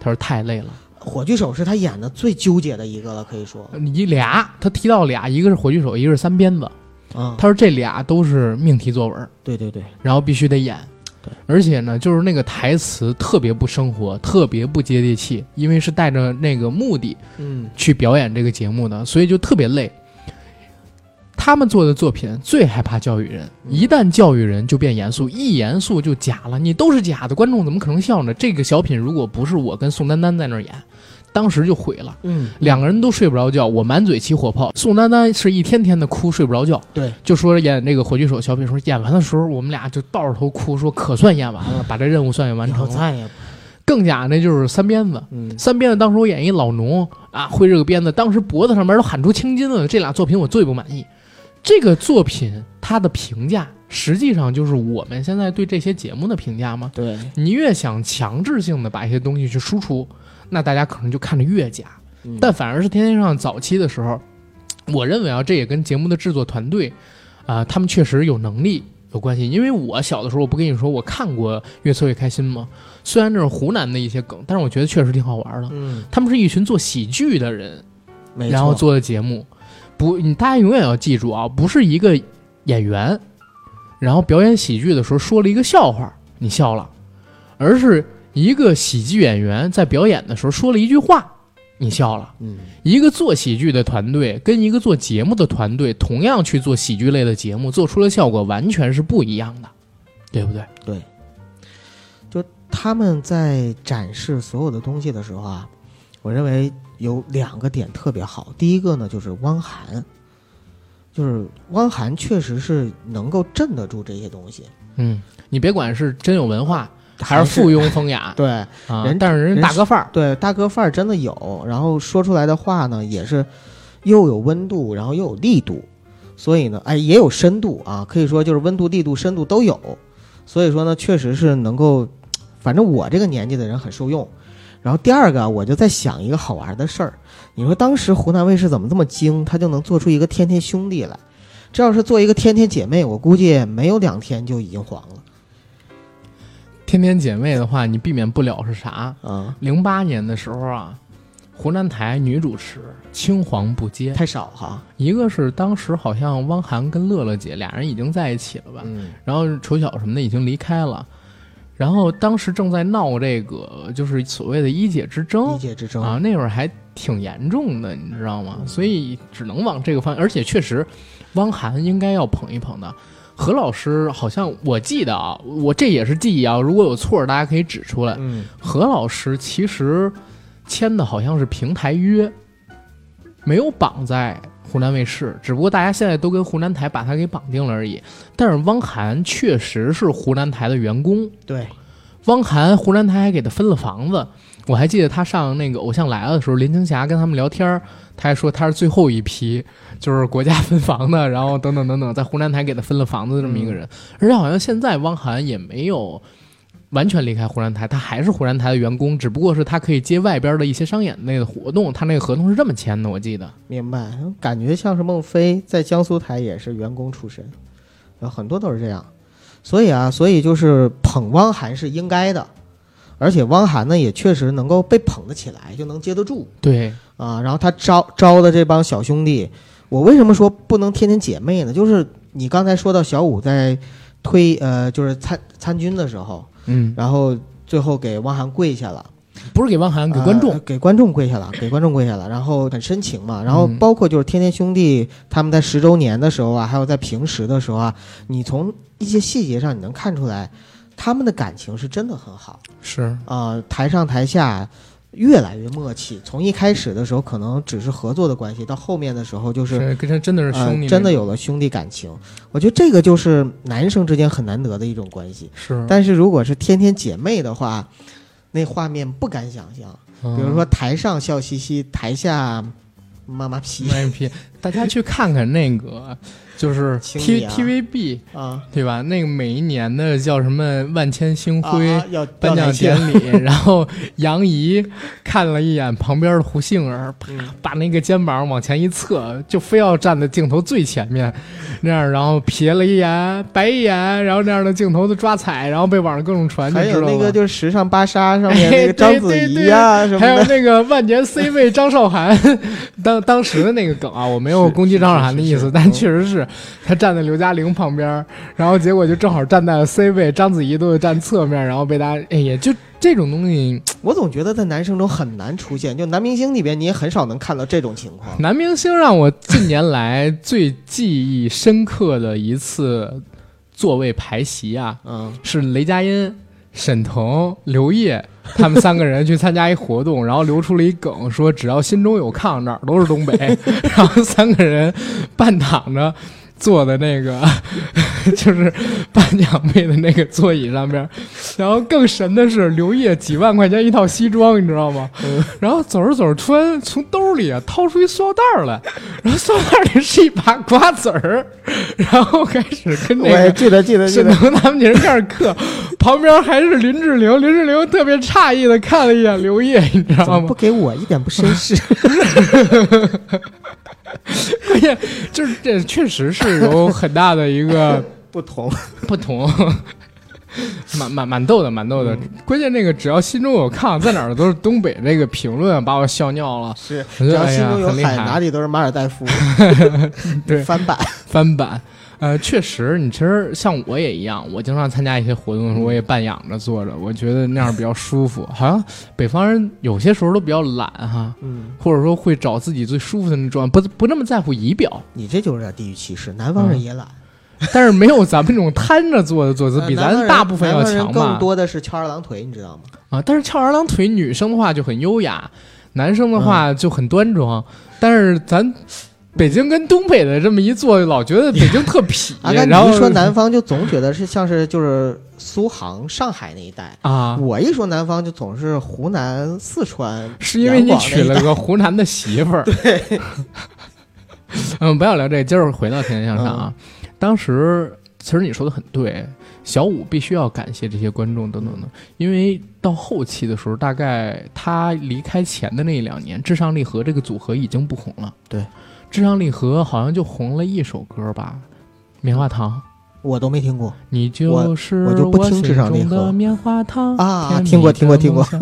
他说太累了，火炬手是他演的最纠结的一个了，可以说，你俩他提到俩，一个是火炬手，一个是三鞭子。啊、他说这俩都是命题作文，对对对，然后必须得演。而且呢，就是那个台词特别不生活，特别不接地气，因为是带着那个目的嗯去表演这个节目的，所以就特别累。他们做的作品最害怕教育人，一旦教育人就变严肃，一严肃就假了，你都是假的，观众怎么可能笑呢？这个小品如果不是我跟宋丹丹在那儿演，当时就毁了。嗯，两个人都睡不着觉，我满嘴起火泡。宋丹丹是一天天的哭，睡不着觉，对，就说演那个火炬手小品说演完的时候，我们俩就抱着头哭，说可算演完了，把这任务算也完成炒了。菜呀，更假那就是三鞭子，嗯三鞭子当时我演一老农啊，挥这个鞭子，当时脖子上面都喊出青筋了。这俩作品我最不满意。这个作品它的评价实际上就是我们现在对这些节目的评价吗？对，你越想强制性的把一些东西去输出，那大家可能就看着越假。嗯但反而是《天天上》早期的时候，我认为啊，这也跟节目的制作团队啊、他们确实有能力有关系。因为我小的时候，我不跟你说我看过《越策越开心》吗？虽然这是湖南的一些梗，但是我觉得确实挺好玩的。嗯，他们是一群做喜剧的人，没然后错做的节目，不，你大家永远要记住啊，不是一个演员，然后表演喜剧的时候说了一个笑话，你笑了，而是一个喜剧演员在表演的时候说了一句话，你笑了。嗯一个做喜剧的团队跟一个做节目的团队同样去做喜剧类的节目，做出的效果完全是不一样的，对不对？对，就他们在展示所有的东西的时候啊，我认为有两个点特别好。第一个呢，就是汪涵，就是汪涵确实是能够镇得住这些东西，嗯，你别管是真有文化还还是是附庸风雅对啊人，但是人人大哥范儿，对，大哥范儿真的有，然后说出来的话呢，也是又有温度，然后又有力度，所以呢，哎，也有深度啊，可以说就是温度、力度、深度都有，所以说呢，确实是能够，嗯反正我这个年纪的人很受用。然后第二个啊，我就在想一个好玩的事儿，你说当时湖南卫视怎么这么精，他就能做出一个天天兄弟来？这要是做一个天天姐妹，我估计没有两天就已经黄了天天姐妹的话，你避免不了是啥？啊，零八年的时候啊，湖南台女主持青黄不接，太少哈。一个是当时好像汪涵跟乐乐姐俩人已经在一起了吧？嗯然后丑小什么的已经离开了，然后当时正在闹这个就是所谓的一姐之一争姐之争啊，那会儿还挺严重的，你知道吗？所以只能往这个方向，而且确实，汪涵应该要捧一捧的。何老师好像我记得啊，我这也是记忆啊，如果有错儿大家可以指出来。嗯，何老师其实签的好像是平台约，没有绑在湖南卫视，只不过大家现在都跟湖南台把他给绑定了而已。但是汪涵确实是湖南台的员工，对，汪涵湖南台还给他分了房子。我还记得他上那个《偶像来了》的时候，林青霞跟他们聊天儿，他还说他是最后一批，就是国家分房的，然后等等等等，在湖南台给他分了房子的这么一个嗯人。而且好像现在汪涵也没有完全离开湖南台，他还是湖南台的员工，只不过是他可以接外边的一些商演类的活动，他那个合同是这么签的，我记得。明白，感觉像是孟非在江苏台也是员工出身，然后很多都是这样，所以啊，所以就是捧汪涵是应该的，而且汪涵呢也确实能够被捧得起来，就能接得住对，啊。然后他招招的这帮小兄弟，我为什么说不能天天姐妹呢？就是你刚才说到小五在推呃，就是参参军的时候，嗯，然后最后给汪涵跪下了。不是给汪涵，给观众。呃给观众跪下了，给观众跪下了，然后很深情嘛。然后嗯包括就是天天兄弟他们在十周年的时候啊，还有在平时的时候啊，你从一些细节上你能看出来，他们的感情是真的很好是，啊、呃台上台下越来越默契。从一开始的时候可能只是合作的关系，到后面的时候就是是，跟他真的是兄弟那种、呃真的有了兄弟感情。我觉得这个就是男生之间很难得的一种关系。是。但是如果是天天姐妹的话，那画面不敢想象。嗯比如说台上笑嘻嘻，台下妈妈批卖批，大家去看看那个，就是清 T 理啊 TVB 啊，对吧？那个每一年的叫什么万千星辉。啊要颁奖要台前典 <laughs> 礼，然后杨怡看了一眼旁边的胡杏儿，啪，嗯 <laughs> 把那个肩膀往前一侧，就非要站在镜头最前面，那样，然后瞥了一眼，白一眼，然后那样的镜头的抓彩，然后被网上各种传，就还知有道那个了。就是时尚芭莎 <laughs> 上面那个章子怡啊什么还有的， <laughs> 那个万年 C 位张韶涵，当当时的那个梗啊，我没有是攻击是张是韶涵的是意是嗯思，但确实是他站在刘嘉玲旁边儿，然后结果就正好站在了 C 位，章子怡都是站侧面，然后被大家哎呀，就这种东西，我总觉得在男生中很难出现，就男明星里边你也很少能看到这种情况。男明星让我近年来最记忆深刻的一次座位排席啊，嗯，是雷佳音、沈腾、刘烨他们三个人去参加一活动，然后流出了一梗，说只要心中有炕，哪儿都是东北。然后三个人半躺着坐的那个， <laughs> 就是半仰背的那个座椅上边。然后更神的是，刘烨几万块钱一套西装，你知道吗？然后走着走着，突然从兜里啊掏出一塑料袋儿来，然后塑料袋里是一把瓜子儿，然后开始跟 <laughs> 那我也个。记得记得记沈 <laughs> 得，腾他们几人开始 <laughs> 嗑，旁边还是林志玲，林志玲特别诧异的看了一眼刘烨，你知怎道么不吗？给我一点不绅士？关键就是这确实是有很大的一个 <laughs> 不同， <laughs> 不同， <laughs> 蛮蛮蛮逗的，蛮逗的。关键那个只要心中有炕，在哪儿都是东北那个评论把我笑尿了，是我 <laughs> 只觉得要哎心呀中有很厉海，哪害，。里都是马尔代夫 <laughs> 对翻版。翻版。呃，确实，你其实像我也一样，我经常参加一些活动的时候，我也半仰着坐嗯着，我觉得那样比较舒服。好像北方人有些时候都比较懒哈，嗯，或者说会找自己最舒服的那状态，不不那么在乎仪表， <laughs> 你这就是有点地域歧视，南方人嗯也懒。但是没有咱们这种瘫着坐的坐姿呃比南方咱人大部分要南方人强吧更？多的是翘二郎腿，你知道吗？啊，但是翘二郎腿，女生的话就很优雅，男生的话嗯就很端庄，但是咱。北京跟东北的这么一坐，老觉得北京特痞， <laughs> 啊，那然后你一说南方，就总觉得是像是就是苏杭、上海那一带。啊，我一说南方，就总是湖南、四川。是因为你两广那娶一了带个湖南的媳妇 <laughs> 儿。对，嗯，不要聊这个，今儿回到天天向上啊。嗯当时其实你说的很对，小五必须要感谢这些观众等等的，因为到后期的时候，大概他离开前的那一两年，至上励合这个组合已经不红了。对，至上励合好像就红了一首歌吧，《棉花糖》。我都没听过。你就是我就不听至上励心合中的棉花糖啊甜蜜听过听过的听过梦想。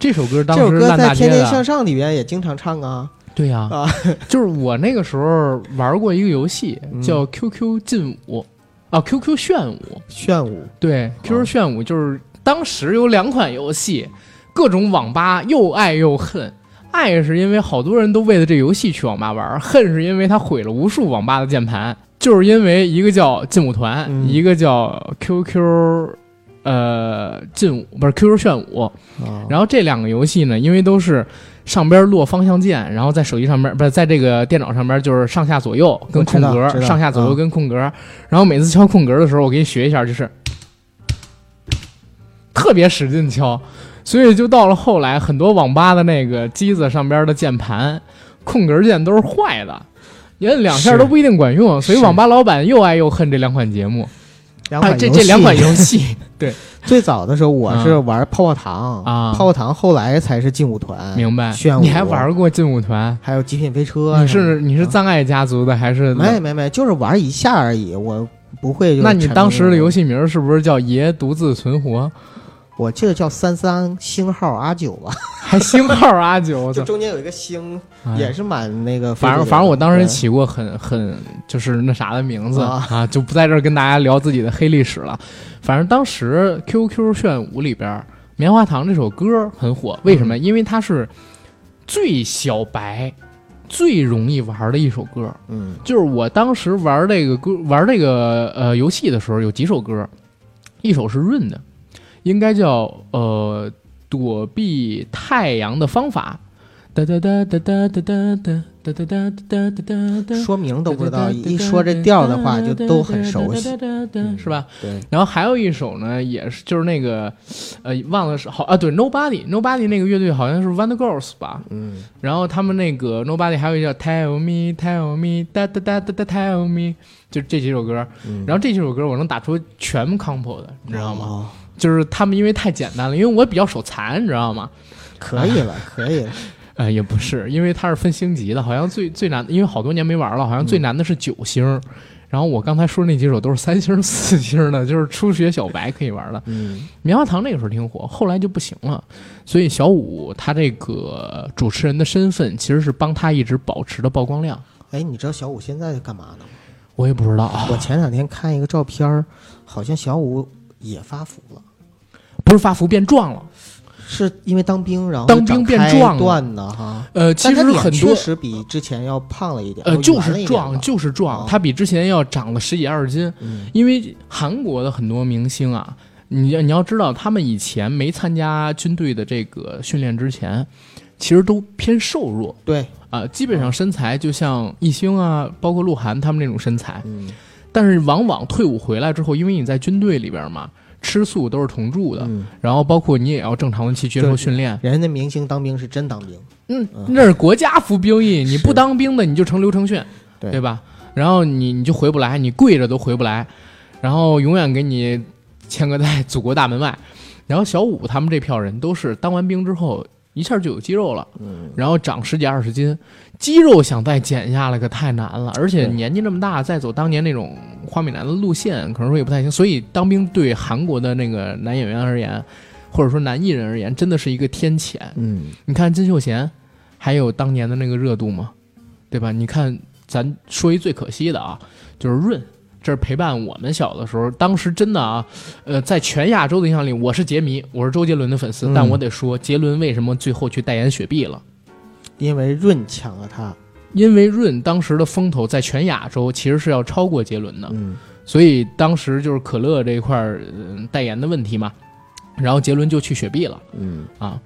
这首歌这当首时歌烂在大《街天的。天向上》里边也经常唱啊。对呀、 <laughs> 啊就是我那个时候玩过一个游戏嗯叫 QQ 劲舞，啊 QQ 炫舞，炫舞对啊 QQ 炫舞就是当时有两款游戏，各种网吧又爱又恨。爱是因为好多人都为了这游戏去网吧玩，恨是因为它毁了无数网吧的键盘，就是因为一个叫劲舞团，嗯一个叫 QQ，呃，劲舞不是 QQ 炫舞，啊，然后这两个游戏呢，因为都是上边落方向键，然后在手机上边不是在这个电脑上边就是上下左右跟空我知格道，知道上下左右嗯跟空格。然后每次敲空格的时候，我给你学一下，就是特别使劲敲，所以就到了后来，很多网吧的那个机子上边的键盘空格键都是坏的。你摁两下是都不一定管用，所以是网吧老板又爱又恨这两款节目，两啊，款这游这两款戏游 <laughs> 戏最早的时候我是玩泡泡糖啊泡泡糖后来才是劲舞团，明白炫？舞你还玩过劲舞团？还有极品飞车啊你什么的。是你是葬爱家族的还是？没没没，就是玩一下而已，我不会就。那你当时的游戏，戏名是不是叫“爷独自存 <laughs> 活我记得叫三三星号阿九吧，”？还星号阿九，我就操！中间有一个星，哎 <laughs> 也是蛮那个非主流反的。正反正我当时对起过很很就是那啥的名字啊啊，就不在这儿跟大家聊自己的黑历史了。反正当时 QQ 炫舞里边《棉花糖》这首歌很火，为什么？嗯因为它是最小白、最容易玩的一首歌。嗯就是我当时玩这个歌、玩这个呃游戏的时候，有几首歌，一首是润的，应该叫呃躲避太阳的方法。哒哒哒哒哒哒哒哒哒哒哒哒哒哒哒。说名都不知道，一说这调儿的话就都很熟悉，，嗯嗯是吧？对，然后还有一首呢，也是就是那个，呃，忘了是好啊，对，Nobody Nobody 那个乐队好像是 Wonder Girls 吧，嗯，然后他们那个 Nobody 还有一个叫 Tell Me Tell Me 哒哒哒哒哒 Tell Me，就这几首歌。嗯然后这几首歌我能打出全 combo 的，你知道吗？哦？就是他们因为太简单了，因为我比较手残，你知 <laughs> 道吗？ <laughs> 可以了，可 <laughs> 以了，呃，也不是，因为它是分星级的，好像最最难，因为好多年没玩了，好像最难的是九星。然后我刚才说那几首都是三星、四星的，就是初学小白可以玩的。嗯棉花糖那个时候挺火，后来就不行了。所以小五他这个主持人的身份其实是帮他一直保持的曝光量。哎，你知道小五现在在干嘛呢吗？我也不知道啊，我前两天看一个照片儿，好像小五也发福了，不是发福变壮了。是因为当兵然后当兵变壮了断的哈。呃，其但实他脸很确多实比之前要胖了一点，呃或者就圆了是一点壮吧就是壮啊，他比之前要长了十几二十斤。嗯因为韩国的很多明星啊，你要你要知道，他们以前没参加军队的这个训练之前，其实都偏瘦弱对，啊、基本上身材就像艺兴啊，包括鹿晗他们那种身材。嗯但是往往退伍回来之后，因为你在军队里边嘛，吃素都是同住的，嗯，然后包括你也要正常的去接受对训练。人家明星当兵是真当兵，嗯嗯，那是国家服兵役，你不是当兵的你就成刘承训，对吧？然后你你就回不来，你跪着都回不来，然后永远给你牵个在祖国大门外。然后小五他们这票人都是当完兵之后一下就有肌肉了，嗯，然后长十几二十斤，肌肉想再减下来可太难了，而且对年纪这么大再走当年那种花美男的路线，可能说也不太行。所以当兵对韩国的那个男演员而言，或者说男艺人而言，真的是一个天谴。嗯，你看金秀贤，还有当年的那个热度吗？对吧？你看，咱说一最可惜的啊，就是润，这是陪伴我们小的时候，当时真的啊，呃，在全亚洲的印象里，我是杰迷，我是周杰伦的粉丝，嗯但我得说，杰伦为什么最后去代言雪碧了？因为润抢了他，因为润当时的风头在全亚洲其实是要超过杰伦的，嗯所以当时就是可乐这一块儿、呃代言的问题嘛，然后杰伦就去雪碧了。嗯，啊。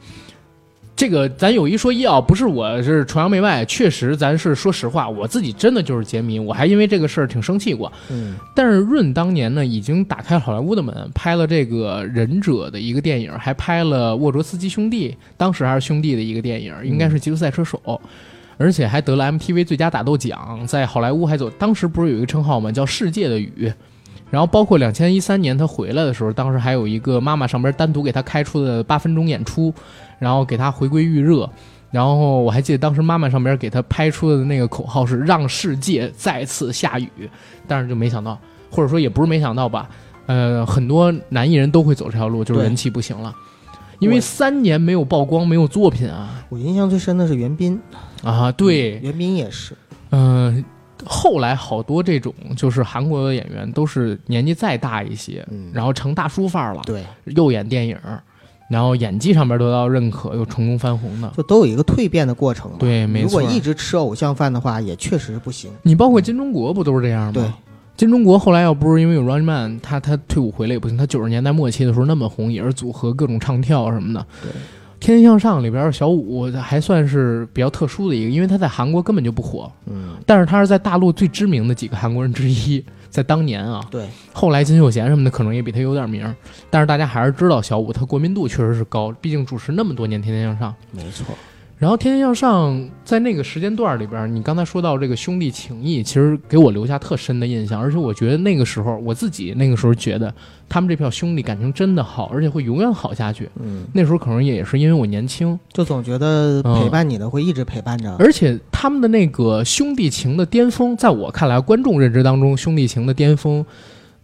这个咱有一说一啊，不是我是崇洋媚外，确实咱是说实话，我自己真的就是杰迷，我还因为这个事儿挺生气过。嗯，但是润当年呢，已经打开好莱坞的门，拍了这个忍者的一个电影，还拍了《沃卓斯基兄弟》，当时还是兄弟的一个电影，应该是《极速赛车手》。而且还得了 MTV 最佳打斗奖，在好莱坞还走，当时不是有一个称号吗？叫“世界的雨”。然后包括两千一三年他回来的时候，当时还有一个妈妈上边单独给他开出的八分钟演出，然后给他回归预热。然后我还记得当时妈妈上边给他拍出的那个口号是“让世界再次下雨”，但是就没想到，或者说也不是没想到吧，呃，很多男艺人都会走这条路，就是对人气不行了，因为我三年没有曝光，没有作品啊我印象最深的是袁彬，啊，对，袁彬也是，嗯，后来好多这种就是韩国的演员都是年纪再大一些，嗯，然后成大叔范儿了，对，又演电影，然后演技上面得到认可，又成功翻红的。就都有一个蜕变的过程嘛。对没嗯如错果一直吃偶像饭的话，也确实不行。你包括金钟国不都是这样吗？对，金钟国后来要不是因为有 Running Man，他他退伍回来也不行。他九十年代末期的时候那么红，也是组合各种唱跳什么的。对天天向上里边小五还算是比较特殊的一个，因为他在韩国根本就不火，嗯，但是他是在大陆最知名的几个韩国人之一，在当年啊。对，后来金秀贤什么的可能也比他有点名儿，但是大家还是知道小五他国民度确实是高，毕竟主持那么多年《天天向上》。没错。然后《天天向上》在那个时间段里边儿，你刚才说到这个兄弟情谊，其实给我留下特深的印象，而且我觉得那个时候我自己那个时候觉得他们这票兄弟感情真的好，而且会永远好下去。嗯，那时候可能也是因为我年轻，就总觉得嗯陪伴你的会一直陪伴着。而且他们的那个兄弟情的巅峰，在我看来，观众认知当中，兄弟情的巅峰，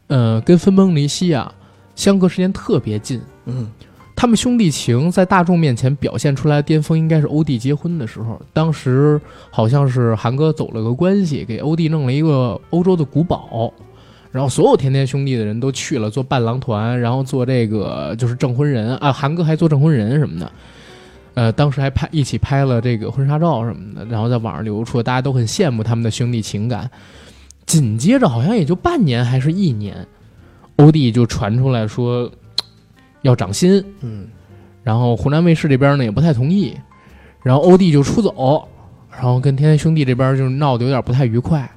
呃，跟分崩离析啊，相隔时间特别近。嗯，他们兄弟情在大众面前表现出来的巅峰，应该是欧弟结婚的时候。当时好像是韩哥走了个关系，给欧弟弄了一个欧洲的古堡，然后所有甜甜兄弟的人都去了做伴郎团，然后做这个就是证婚人啊，韩哥还做证婚人什么的。呃，当时还拍一起拍了这个婚纱照什么的，然后在网上流出，大家都很羡慕他们的兄弟情感。紧接着好像也就半年还是一年，欧弟就传出来说嘖要涨薪，嗯，然后湖南卫视这边呢也不太同意，然后欧弟就出走，然后跟天天兄弟这边就是闹得有点不太愉快，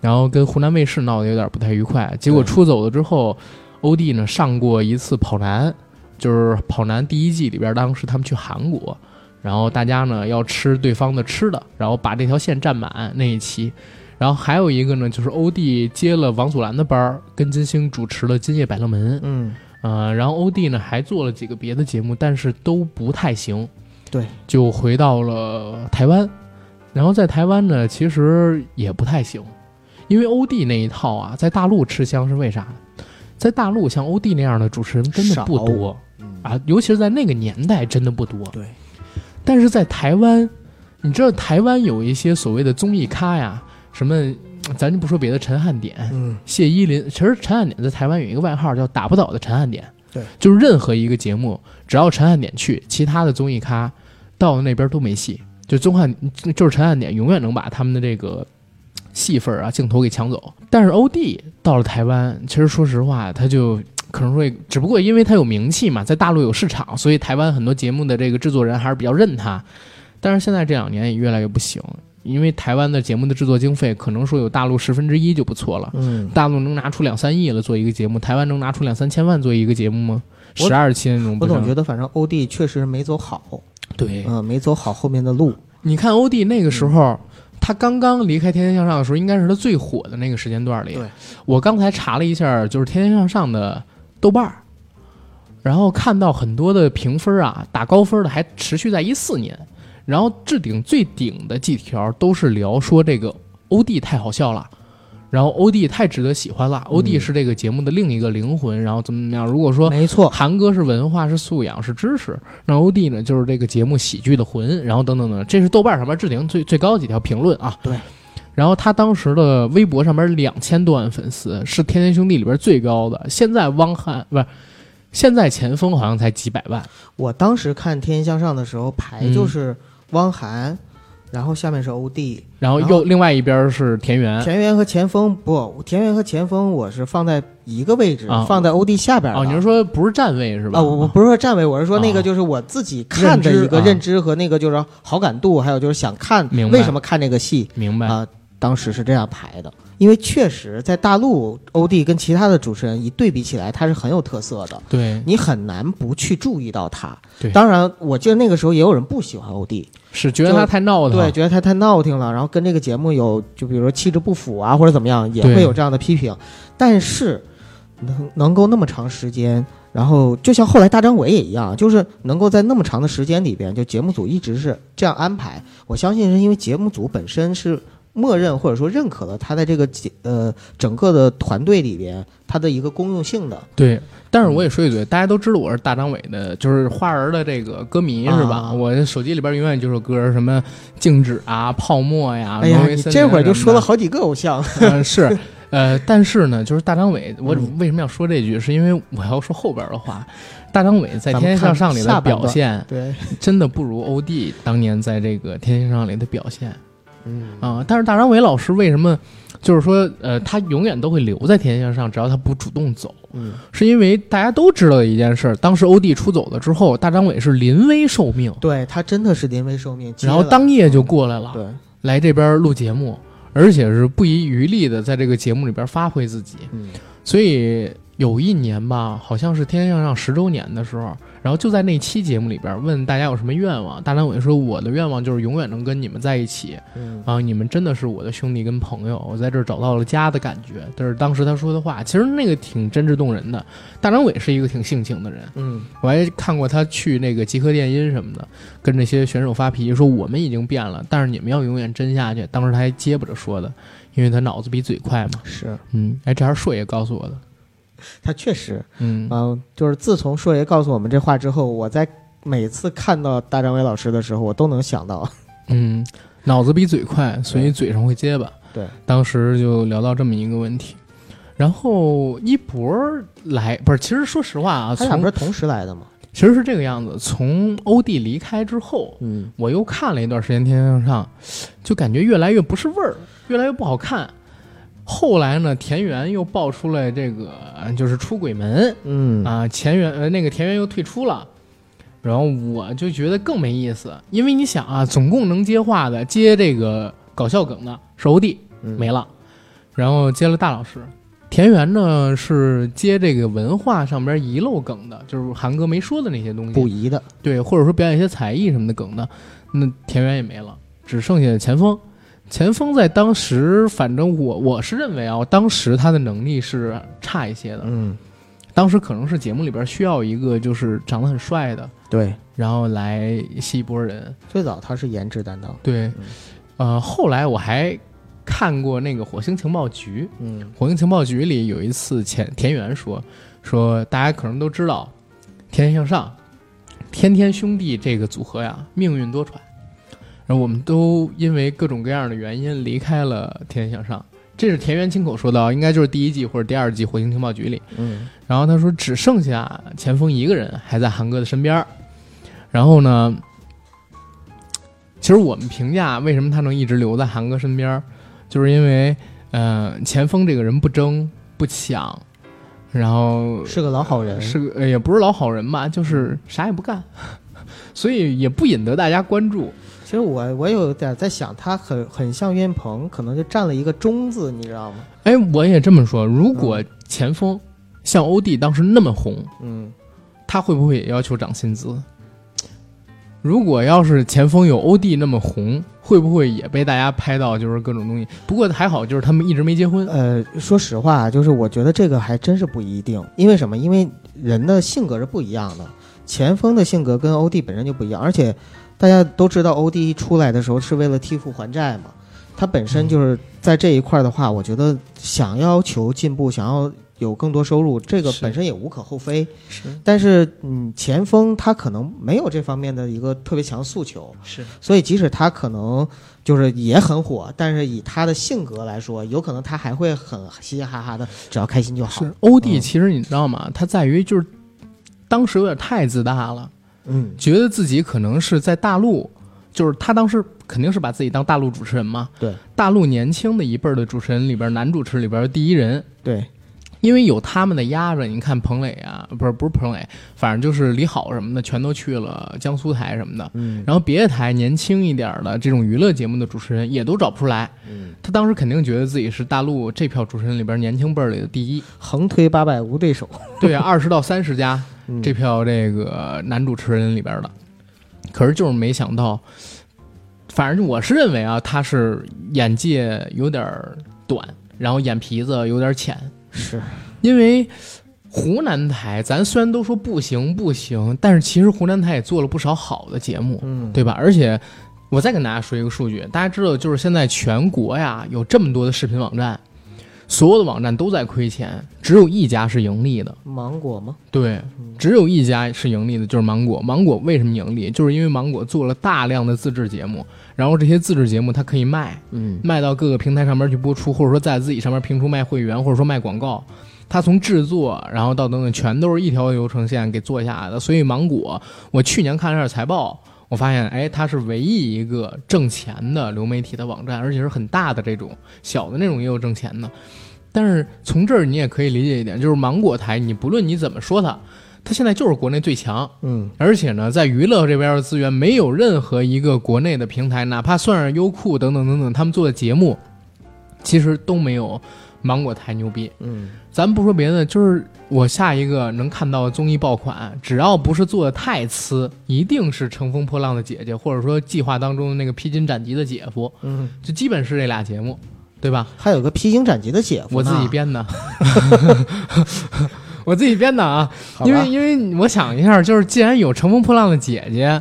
然后跟湖南卫视闹得有点不太愉快，结果对出走了之后，欧弟呢上过一次跑男，就是跑男第一季里边，当时他们去韩国，然后大家呢要吃对方的吃的，然后把这条线占满那一期。然后还有一个呢，就是欧弟接了王祖蓝的班儿，跟金星主持了《今夜百乐门》。嗯，呃，然后欧弟呢还做了几个别的节目，但是都不太行。对，就回到了台湾，然后在台湾呢，其实也不太行，因为欧弟那一套啊，在大陆吃香是为啥？在大陆像欧弟那样的主持人真的少不多嗯啊，尤其是在那个年代真的不多。对，但是在台湾，你知道台湾有一些所谓的综艺咖呀，什么，咱就不说别的，陈汉典、嗯，谢依霖，其实陈汉典在台湾有一个外号叫“打不倒的陈汉典”，对，就是任何一个节目，只要陈汉典去，其他的综艺咖到那边都没戏，就综汉就是陈汉典永远能把他们的这个戏份啊镜头给抢走。但是欧弟到了台湾，其实说实话，他就。可能会，只不过因为他有名气嘛，在大陆有市场，所以台湾很多节目的这个制作人还是比较认他。但是现在这两年也越来越不行，因为台湾的节目的制作经费可能说有大陆十分之一就不错了。嗯，大陆能拿出两三亿了做一个节目，台湾能拿出两三千万做一个节目吗？我十二期那种不我是，总觉得反正欧弟确实没走好，对。嗯，没走好后面的路。你看欧弟那个时候，他刚刚离开《天天向上》的时候，应该是他最火的那个时间段里对。我刚才查了一下，就是《天天向上》的豆瓣儿，然后看到很多的评分啊，打高分的还持续在一四年，然后置顶最顶的几条都是聊说这个欧弟太好笑了。然后欧弟太值得喜欢了，欧弟是这个节目的另一个灵魂，然后怎么怎么样？如果说没错，韩哥是文化，是素养，是知识。那欧弟呢，就是这个节目喜剧的魂，然后等等等，这是豆瓣上面置顶最最高几条评论啊。对。然后他当时的微博上面两千多万粉丝，是《天天兄弟》里边最高的。现在汪涵不是，现在钱枫好像才几百万。我当时看《天天向上》的时候，嗯排就是汪涵，然后下面是欧弟，然后然又后另外一边是田园田园和前锋不，田园和前锋我是放在一个位置，啊放在欧弟下边的。哦，你是说不是站位是吧？啊，我我不是说站位，我是说那啊个就是我自己看的认知一个啊认知和那个就是好感度，还有就是想看明白为什么看这个戏明白、啊。当时是这样排的，因为确实在大陆欧弟跟其他的主持人一对比起来，他是很有特色的，对，你很难不去注意到他对。当然，我记得那个时候也有人不喜欢欧弟，是觉得他太闹腾。对，，觉得他太闹挺了，然后跟这个节目有就比如说气质不符啊，或者怎么样，也对会有这样的批评。但是能能够那么长时间，然后就像后来大张伟也一样，就是能够在那么长的时间里边，就节目组一直是这样安排。我相信是因为节目组本身是默认或者说认可了他在这个节呃整个的团队里边他的一个公用性的。对，但嗯是我也说一嘴，大家都知道我是大张伟的，就是花儿的这个歌迷是吧？啊我手机里边永远就有歌，什么静止啊、泡沫呀、哎呀挪，威你森林啊这会儿就说了什好几个偶像，么的，呃、 <laughs> 是。呃，但是呢，就是大张伟，我嗯为什么要说这句？是因为我要说后边的话。大张伟在《咱们天天向上》里看的下半段表现，对，真的不如欧弟当年在这个《天天向上》里的表现。嗯啊、但是大张伟老师为什么就是说，呃，他永远都会留在《天天向上》，只要他不主动走，嗯，是因为大家都知道的一件事儿，当时欧弟出走了之后，大张伟是临危受命，对他真的是临危受命，接然后了嗯当夜就过来了，对。来这边录节目，而且是不遗余力的在这个节目里边发挥自己。嗯，所以有一年吧，好像是《天天向上》十周年的时候，然后就在那期节目里边问大家有什么愿望，大张伟说我的愿望就是永远能跟你们在一起，嗯啊，你们真的是我的兄弟跟朋友，我在这儿找到了家的感觉。这是当时他说的话，其实那个挺真挚动人的。大张伟是一个挺性情的人，嗯我还看过他去那个集合电音什么的，跟那些选手发脾气说我们已经变了，但是你们要永远真下去。当时他还结巴着说的，因为他脑子比嘴快嘛。是嗯，哎，这还是硕爷告诉我的。他确实，嗯嗯、，就是自从硕爷告诉我们这话之后，我在每次看到大张伟老师的时候，我都能想到，嗯，脑子比嘴快，所以嘴上会结巴。对，当时就聊到这么一个问题。然后一博儿来不是，其实说实话啊，他俩从不是同时来的吗？其实是这个样子。从欧弟离开之后，嗯，我又看了一段时间《天天向上》，就感觉越来越不是味儿，越来越不好看。后来呢，田园又爆出来这个呃就是出轨门嗯啊，前园呃那个田园又退出了。然后我就觉得更没意思，因为你想啊，总共能接话的、接这个搞笑梗的是欧弟没了，然后接了大老师，田园呢是接这个文化上边遗漏梗的，就是韩哥没说的那些东西，不宜的，对，或者说表演一些才艺什么的梗的，那田园也没了，只剩下前锋。前锋在当时，反正我我是认为啊，当时他的能力是差一些的，嗯，当时可能是节目里边需要一个就是长得很帅的，对，然后来吸一波人。最早他是颜值担当，对，呃，后来我还看过那个火星情报局，嗯火星情报局里有一次前田园说说，大家可能都知道，天天向上，天天兄弟这个组合呀，命运多舛。然后我们都因为各种各样的原因离开了《天天向上》，这是田园亲口说的啊，应该就是第一季或者第二季《火星情报局》里。嗯然后他说只剩下钱枫一个人还在韩哥的身边儿。然后呢，其实我们评价为什么他能一直留在韩哥身边儿，就是因为呃钱枫这个人不争不抢，然后嗯是个老好人，是个、呃也不是老好人吧，就是啥也不干， <laughs> 所以也不引得大家关注。其实我我有点在想，他很很像岳云鹏，可能就占了一个中字，你知道吗？哎，我也这么说，如果钱枫像欧弟当时那么红，嗯，他会不会也要求涨薪资？如果要是前锋有欧弟那么红，会不会也被大家拍到就是各种东西？不过还好，就是他们一直没结婚。呃，说实话，就是我觉得这个还真是不一定，因为什么？因为人的性格是不一样的，前锋的性格跟欧弟本身就不一样，而且大家都知道欧弟一出来的时候是为了替父还债嘛，他本身就是在这一块的话，我觉得想要求进步，想要有更多收入，这个是本身也无可厚非。是但是，嗯，前锋他可能没有这方面的一个特别强诉求，是，所以即使他可能就是也很火，但是以他的性格来说，有可能他还会很嘻嘻哈哈的，只要开心就好。是欧弟，嗯其实你知道吗？他在于就是当时有点太自大了，嗯觉得自己可能是在大陆，就是他当时肯定是把自己当大陆主持人嘛，对，大陆年轻的一辈儿的主持人里边，男主持里边第一人，对，因为有他们的压着，你看彭磊啊，不是不是彭磊，反正就是李好什么的，全都去了江苏台什么的。嗯然后别的台年轻一点儿的这种娱乐节目的主持人也都找不出来，嗯，他当时肯定觉得自己是大陆这票主持人里边年轻辈儿里的第一。横推八百无对手。对啊，二十到三十加嗯这票这个男主持人里边的，可是就是没想到，反正我是认为啊，他是眼界有点儿短，然后眼皮子有点儿浅，是因为湖南台，咱虽然都说不行不行，但是其实湖南台也做了不少好的节目，嗯对吧？而且我再跟大家说一个数据，大家知道，就是现在全国呀有这么多的视频网站，所有的网站都在亏钱，只有一家是盈利的。 <laughs> 芒果吗？对，只有一家是盈利的，就是芒果。芒果为什么盈利？就是因为芒果做了大量的自制节目，然后这些自制节目它可以卖，嗯卖到各个平台上面去播出，或者说在自己上面评出卖会员，或者说卖广告。它从制作，然后到等等，全都是一条流程线给做下来的。所以芒果，我去年看了一下财报，我发现，哎，它是唯一一个挣钱的流媒体的网站，而且是很大的这种，小的那种也有挣钱的。但是从这儿你也可以理解一点，就是芒果台，你不论你怎么说它，它现在就是国内最强，嗯而且呢，在娱乐这边的资源，没有任何一个国内的平台，哪怕算上优酷等等等等，他们做的节目，其实都没有芒果台牛逼。嗯咱不说别的，就是我下一个能看到的综艺爆款，只要不是做的太次，一定是《乘风破浪的姐姐》，或者说计划当中的那个《披荆斩棘的姐夫嗯，》，就基本是这俩节目，对吧？还有个披荆斩棘的姐夫呢，我自己编的， <laughs> 我自己编的啊。好吧，因为因为我想一下，就是既然有乘风破浪的姐姐，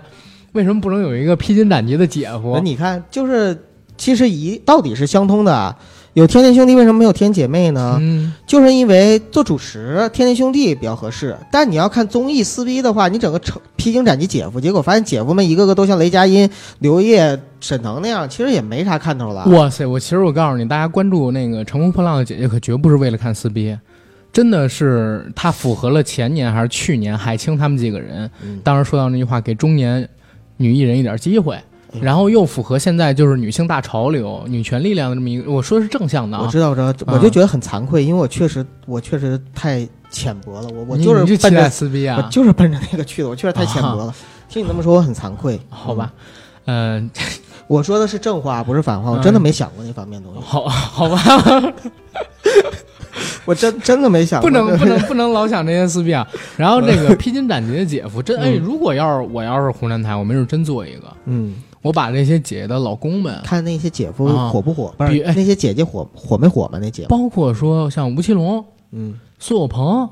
为什么不能有一个披荆斩棘的姐那夫？呃你看，就是其实一道理是相通的啊。有天天兄弟为什么没有天姐妹 <laughs> 呢？嗯，就是因为做主持，天天兄弟比较合适。但你要看综艺撕逼的话，你整个成披荆斩棘姐夫，结果发现姐夫们一个个都像雷佳音、刘烨、沈腾那样，其实也没啥看头了。哇塞！我其实我告诉你，大家关注那个乘风破浪的姐姐，可绝不是为了看撕逼。真的是，她符合了前年还是去年海清他们几个人嗯当时说到那句话，给中年女艺人一点机会，嗯然后又符合现在就是女性大潮流、女权力量的这么一个，我说的是正向的我啊。知道，我知道，我就觉得很惭愧，因为我确实，我确实太浅薄了。我我就你你是期奔待着，撕逼我啊？就是奔着那个去的，我确实太浅薄了。听你这么说，我很惭愧。好吧，嗯、嗯，我说的是正话，不是反话。我嗯真的没想过那方面的东 <laughs> 西，好好吧。我真真的没 <laughs> 想过。不能不能不能老想这些撕逼啊！然后这 <laughs> 个披荆斩棘的姐夫，真哎，嗯如果要是我要是湖南台，我没准真做一个，嗯，我把这些姐姐的老公们，看那些姐夫啊火不火，不比是哎那些姐姐火火没火嘛？那姐夫，包括说像吴奇隆、嗯。苏有朋，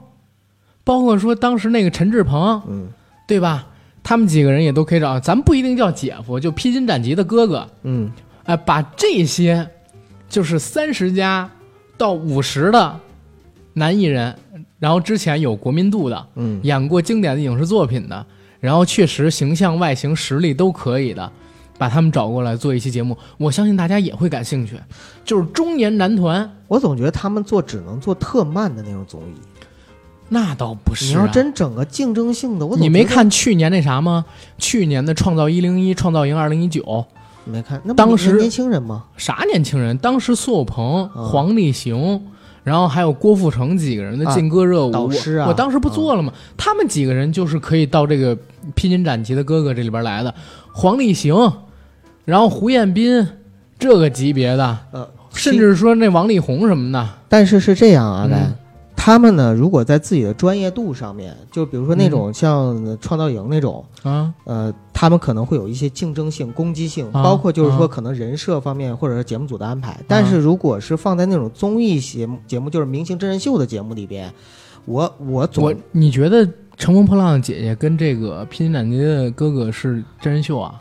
包括说当时那个陈志朋，嗯对吧？他们几个人也都可以找，咱不一定叫姐夫，就披荆斩棘的哥哥，嗯哎，把这些就是三十加到五十的男艺人，然后之前有国民度的，嗯，演过经典的影视作品的，然后确实形象、外形、实力都可以的，把他们找过来做一期节目，我相信大家也会感兴趣。就是中年男团，我总觉得他们做只能做特慢的那种综艺。那倒不是、啊。你要真整个竞争性的，我总你没觉得看去年那啥吗？去年的《创造一零一》《创造营二零一九》，没看？那不当年时年轻人吗？啥年轻人？当时苏有朋、嗯黄立行，然后还有郭富城几个人的啊劲歌热舞，导师啊我当时不做了吗？他们几个人就是可以到这个《披荆斩棘的哥哥》这里边来的，黄立行，然后胡彦斌这个级别的，呃，甚至说那王力宏什么的，但是是这样啊，嗯该、他们呢，如果在自己的专业度上面，就比如说那嗯种像创造营那种，啊，呃，他们可能会有一些竞争性、攻击性，啊包括就是啊说可能人设方面或者是节目组的安排。但是如果是放在那种综艺节目节目，就是明星真人秀的节目里边，我我总我你觉得《乘风破浪的姐姐》跟这个《披荆斩棘的哥哥》是真人秀啊？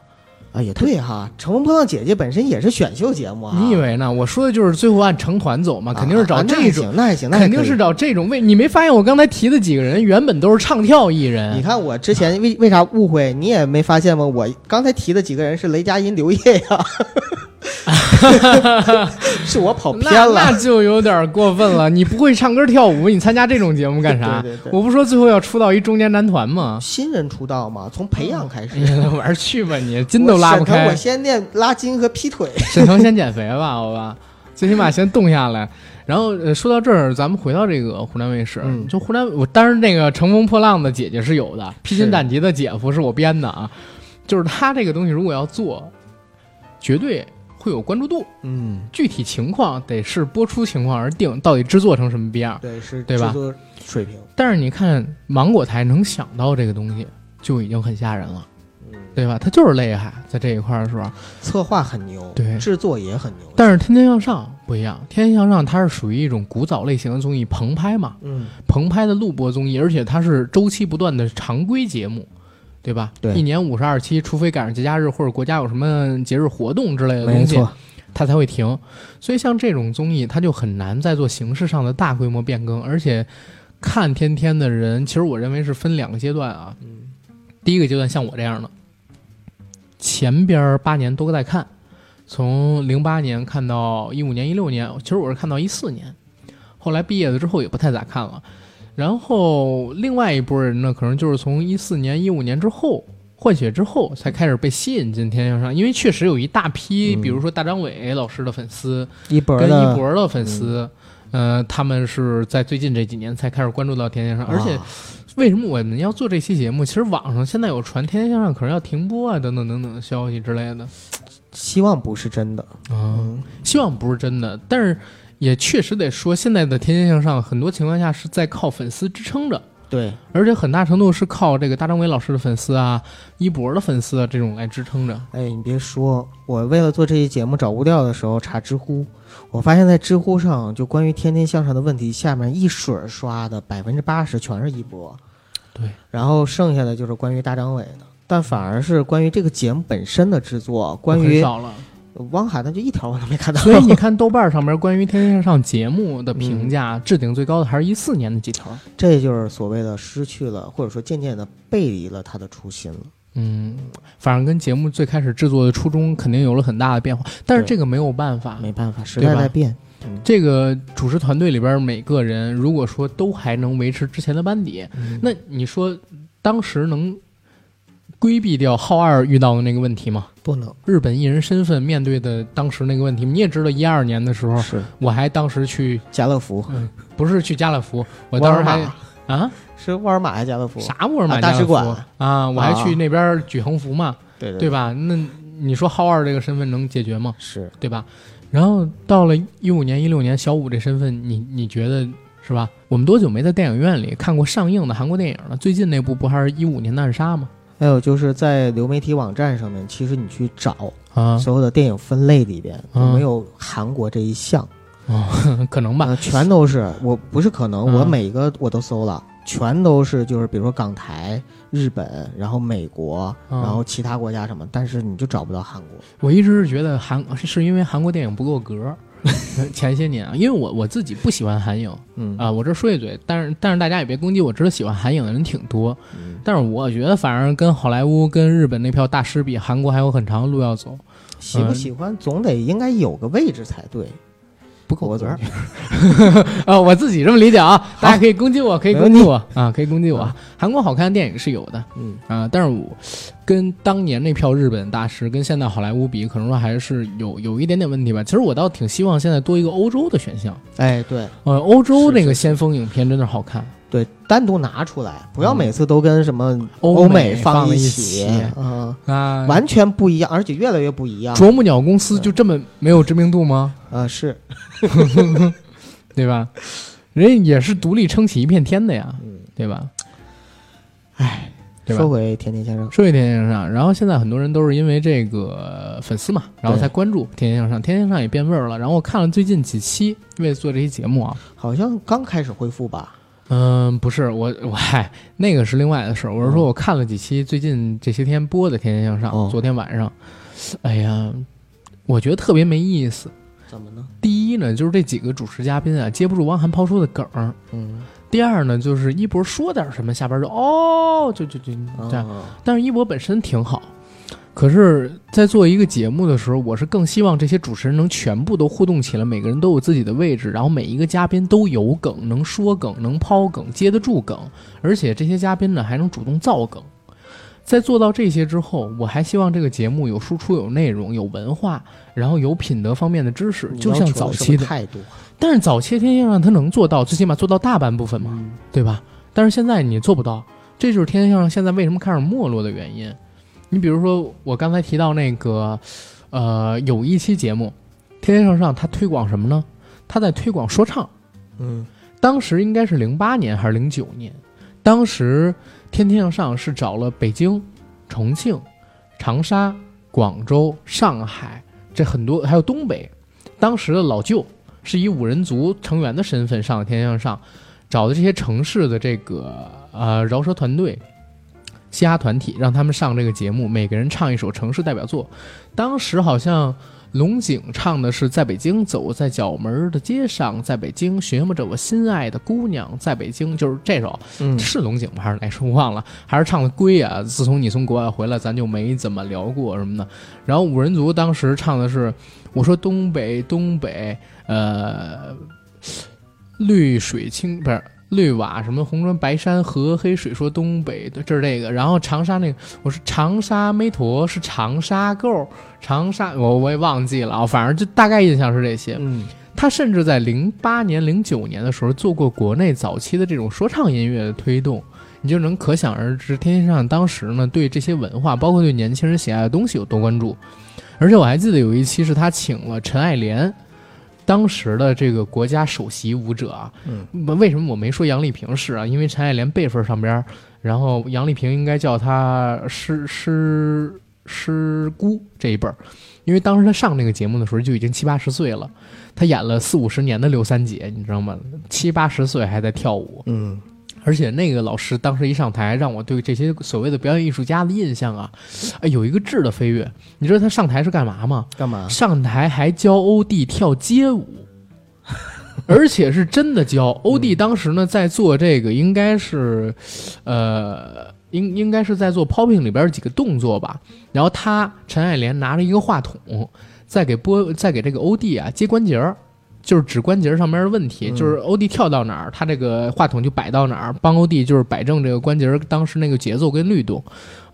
啊也对哈，《乘风破浪姐姐》本身也是选秀节目啊，你以为呢？我说的就是最后按成团走嘛，啊肯定是找啊那这还种，行，那还行，那还肯定可以是找这种位。你没发现我刚才提的几个人原本都是唱跳艺人？你看我之前为为啥误会你也没发现吗？我刚才提的几个人是雷佳音、刘烨呀、 <laughs> 是我跑偏了。那那就有点过分了。你不会唱歌跳舞，你参加这种节目干啥？对对对我不说最后要出道一中年男团 <laughs> 吗？新人出道嘛，从培养开始，你玩儿去吧你，筋都拉不我沈腾开我。先练拉筋和劈腿。沈腾先减肥吧，好吧，最起码先动下来。然后、呃、说到这儿，咱们回到这个湖南卫视，嗯就湖南，我当然那个乘风破浪的姐姐是有的，披荆斩棘的姐夫是我编的啊。就是他这个东西如果要做，绝对会有关注度，嗯，具体情况得是播出情况而定，到底制作成什么逼样。对，是对吧制作水平，但是你看芒果台能想到这个东西，就已经很吓人了，嗯对吧？他就是厉害在这一块儿的时候。策划很牛，对制作也很牛。但是《天天向上》不一样，《天天向上》它是属于一种古早类型的综艺，棚拍嘛，嗯，棚拍的录播综艺，而且它是周期不断的常规节目，对吧？对一年五十二期，除非赶上节假日或者国家有什么节日活动之类的没东西，错，它才会停。所以像这种综艺，它就很难在做形式上的大规模变更，而且看天天的人，其实我认为是分两个阶段啊。第一个阶段像我这样的，前边儿八年都在看，从零八年看到一五年、一六年，其实我是看到一四年，后来毕业了之后也不太咋看了。然后另外一波人呢，可能就是从一四年、一五年之后换血之后，才开始被吸引进《天天向上》，因为确实有一大批，嗯比如说大张伟老师的粉丝，一博跟的一博的粉丝。嗯呃，他们是在最近这几年才开始关注到《天天向上》，而且啊为什么我们要做这期节目？其实网上现在有传《天天向上》可能要停播啊，等等等等的消息之啊类的。希望不是真的。啊，嗯，希望不是真的，但是也确实得说，现在的《天天向上》很多情况下是在靠粉丝支撑着，对，而且很大程度是靠这个大张伟老师的粉丝啊、一博的粉丝啊这种来支撑着。哎，你别说，我为了做这期节目找物料的时候查知乎，我发现在知乎上就关于《天天向上》的问题下面一水儿刷的百分之八十全是一博，对，然后剩下的就是关于大张伟的，但反而是关于这个节目本身的制作，关很于少 <laughs> 了，呃汪涵的就一条我都没看到。 <laughs> 所以你看豆瓣上面关于《天天向上》节目的评嗯价，置顶最高的还是一四年的几条。 <laughs> 这就是所谓的失去了，或者说渐渐的背离了他的初心了。嗯，反正跟节目最开始制作的初衷肯定有了很大的变化，但是对这个没有办法，没办法，时对代吧在变。这个主持团队里边每个人，如果说都还能维持之前的班底，嗯那你说当时能规避掉浩二遇到的那个问题吗？不能日本艺人身份面对的当时那个问题，你也知道，一二年的时候，是我还当时去，家乐福，不是去家乐福，我沃当尔时还玛啊是沃尔玛还是家乐福？啥沃尔玛啊大家乐使福馆啊，我还啊去那边举横幅嘛，对对对吧？那你说浩二这个身份能解决吗？是对吧？然后到了一五年、一六年，小五这身份，你你觉得是吧？我们多久没在电影院里看过上映的韩国电影了？最近那部不还是一五年的《暗杀》吗？还有就是在流媒体网站上面，其实你去找啊，所有的电影分类里边，嗯有没有韩国这一项？可能吧。呃全都是，我不是可能，嗯我每个我都搜了，全都是就是比如说港台、日本，然后美国，嗯然后其他国家什么，但是你就找不到韩国。我一直是觉得韩是因为韩国电影不够格， <laughs> 前些年啊，因为我我自己不喜欢韩影嗯啊，我这说一嘴，但是但是大家也别攻击，我知道喜欢韩影的人挺多，嗯但是我觉得反而跟好莱坞、跟日本那票大师比，韩国还有很长的路要走，喜嗯不喜欢总得应该有个位置才对，不够 <laughs> 我觉格得。啊，我自己这么理解啊，大家可以攻击我，可以攻击我啊，可以攻击我啊。韩国好看的电影是有的嗯啊，但是我跟当年那票日本大师跟现在好莱坞比，可能说还是有有一点点问题吧。其实我倒挺希望现在多一个欧洲的选项，哎对呃，欧洲是那个先锋影片真的好看，对，单独拿出来，不要嗯每次都跟什么欧美放一一起，嗯，啊。完全不一样，而且越来越不一样。啄木鸟公嗯司就这么没有知名度吗？呃，是，对吧？人家也是独立撑起一片天的呀，嗯，对吧？哎，对吧说回甜甜先生，说起《天天向上》，然后现在很多人都是因为这个粉丝嘛，然后才关注《天天向上》，《天天向上》也变味儿了。然后我看了最近几期，因为做这期节目啊，好像刚开始恢复吧？嗯、不是我我嗨，那个是另外的事儿。我是说我看了几期最近这些天播的《天天向上》嗯哦昨天晚上，哎呀，我觉得特别没意思。怎么呢？第一呢，就是这几个主持嘉宾啊，接不住汪涵抛出的梗儿；嗯，第二呢，就是一博说点什么，下边就哦，就就就啊这样。但是一博本身挺好，可是，在做一个节目的时候，我是更希望这些主持人能全部都互动起来，每个人都有自己的位置，然后每一个嘉宾都有梗，能说梗，能抛梗，接得住梗，而且这些嘉宾呢还能主动造梗。在做到这些之后，我还希望这个节目有输出、有内容、有文化，然后有品德方面的知识，你就要像求早什么期的。态度，啊但是早期天天让他能做到，最起码做到大半部分嘛。嗯对吧？但是现在你做不到，这就是天天向上现在为什么开始没落的原因。你比如说，我刚才提到那个，呃，有一期节目《天天向上》，它推广什么呢？它在推广说唱。嗯当时应该是零八年还是零九年，当时《天天向上》是找了北京、重庆、长沙、广州、上海这很多，还有东北，当时的老舅是以五人族成员的身份上的《天天向上》，找的这些城市的这个呃饶舌团队。嘻哈团体让他们上这个节目，每个人唱一首城市代表作。当时好像龙井唱的是在北京走在角门的街上，在北京寻摸着我心爱的姑娘，在北京就是这首嗯是龙井吗？还是哪首忘了？还是唱的《归》啊？自从你从国外回来，咱就没怎么聊过什么的。然后五人族当时唱的是，我说东北东北，呃，绿水青不是。绿瓦什么红砖白山河黑水说东北的这是这个，然后长沙那个我说长沙梅陀是长沙沟，长沙我我也忘记了啊，反正就大概印象是这些。嗯他甚至在零八年、零九年的时候做过国内早期的这种说唱音乐的推动，你就能可想而知，天天上当时呢对这些文化，包括对年轻人喜爱的东西有多关注。而且我还记得有一期是他请了陈爱莲，当时的这个国家首席舞者啊。嗯，为什么我没说杨丽萍是啊？因为陈爱莲辈分上边儿，然后杨丽萍应该叫她师师师姑这一辈儿，因为当时她上那个节目的时候就已经七八十岁了。他演了四五十年的刘三姐，你知道吗？七八十岁还在跳舞，嗯，而且那个老师当时一上台，让我对这些所谓的表演艺术家的印象啊，哎，有一个质的飞跃。你知道他上台是干嘛吗？干嘛？上台还教欧弟跳街舞， <laughs> 而且是真的教。欧弟当时呢在做这个，应该是，呃，应应该是在做 popping 里边几个动作吧。然后他陈爱莲拿着一个话筒，在给播，在给这个欧弟啊接关节儿。就是指关节上面的问题，嗯就是欧弟跳到哪儿，他这个话筒就摆到哪儿，帮欧弟就是摆正这个关节儿当时那个节奏跟律动。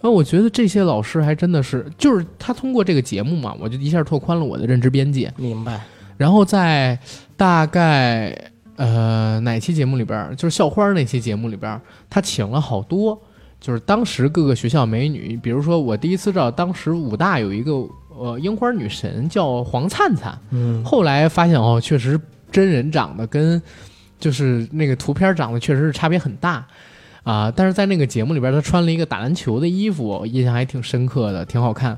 啊，我觉得这些老师还真的是，就是他通过这个节目嘛，我就一下拓宽了我的认知边界。明白。然后在大概呃哪期节目里边儿，就是校花那期节目里边儿，他请了好多，就是当时各个学校美女，比如说我第一次知道，当时武大有一个呃樱花女神叫黄灿灿，嗯后来发现哦，确实真人长得跟就是那个图片长得确实是差别很大啊、但是在那个节目里边，她穿了一个打篮球的衣服，我印象还挺深刻的，挺好看。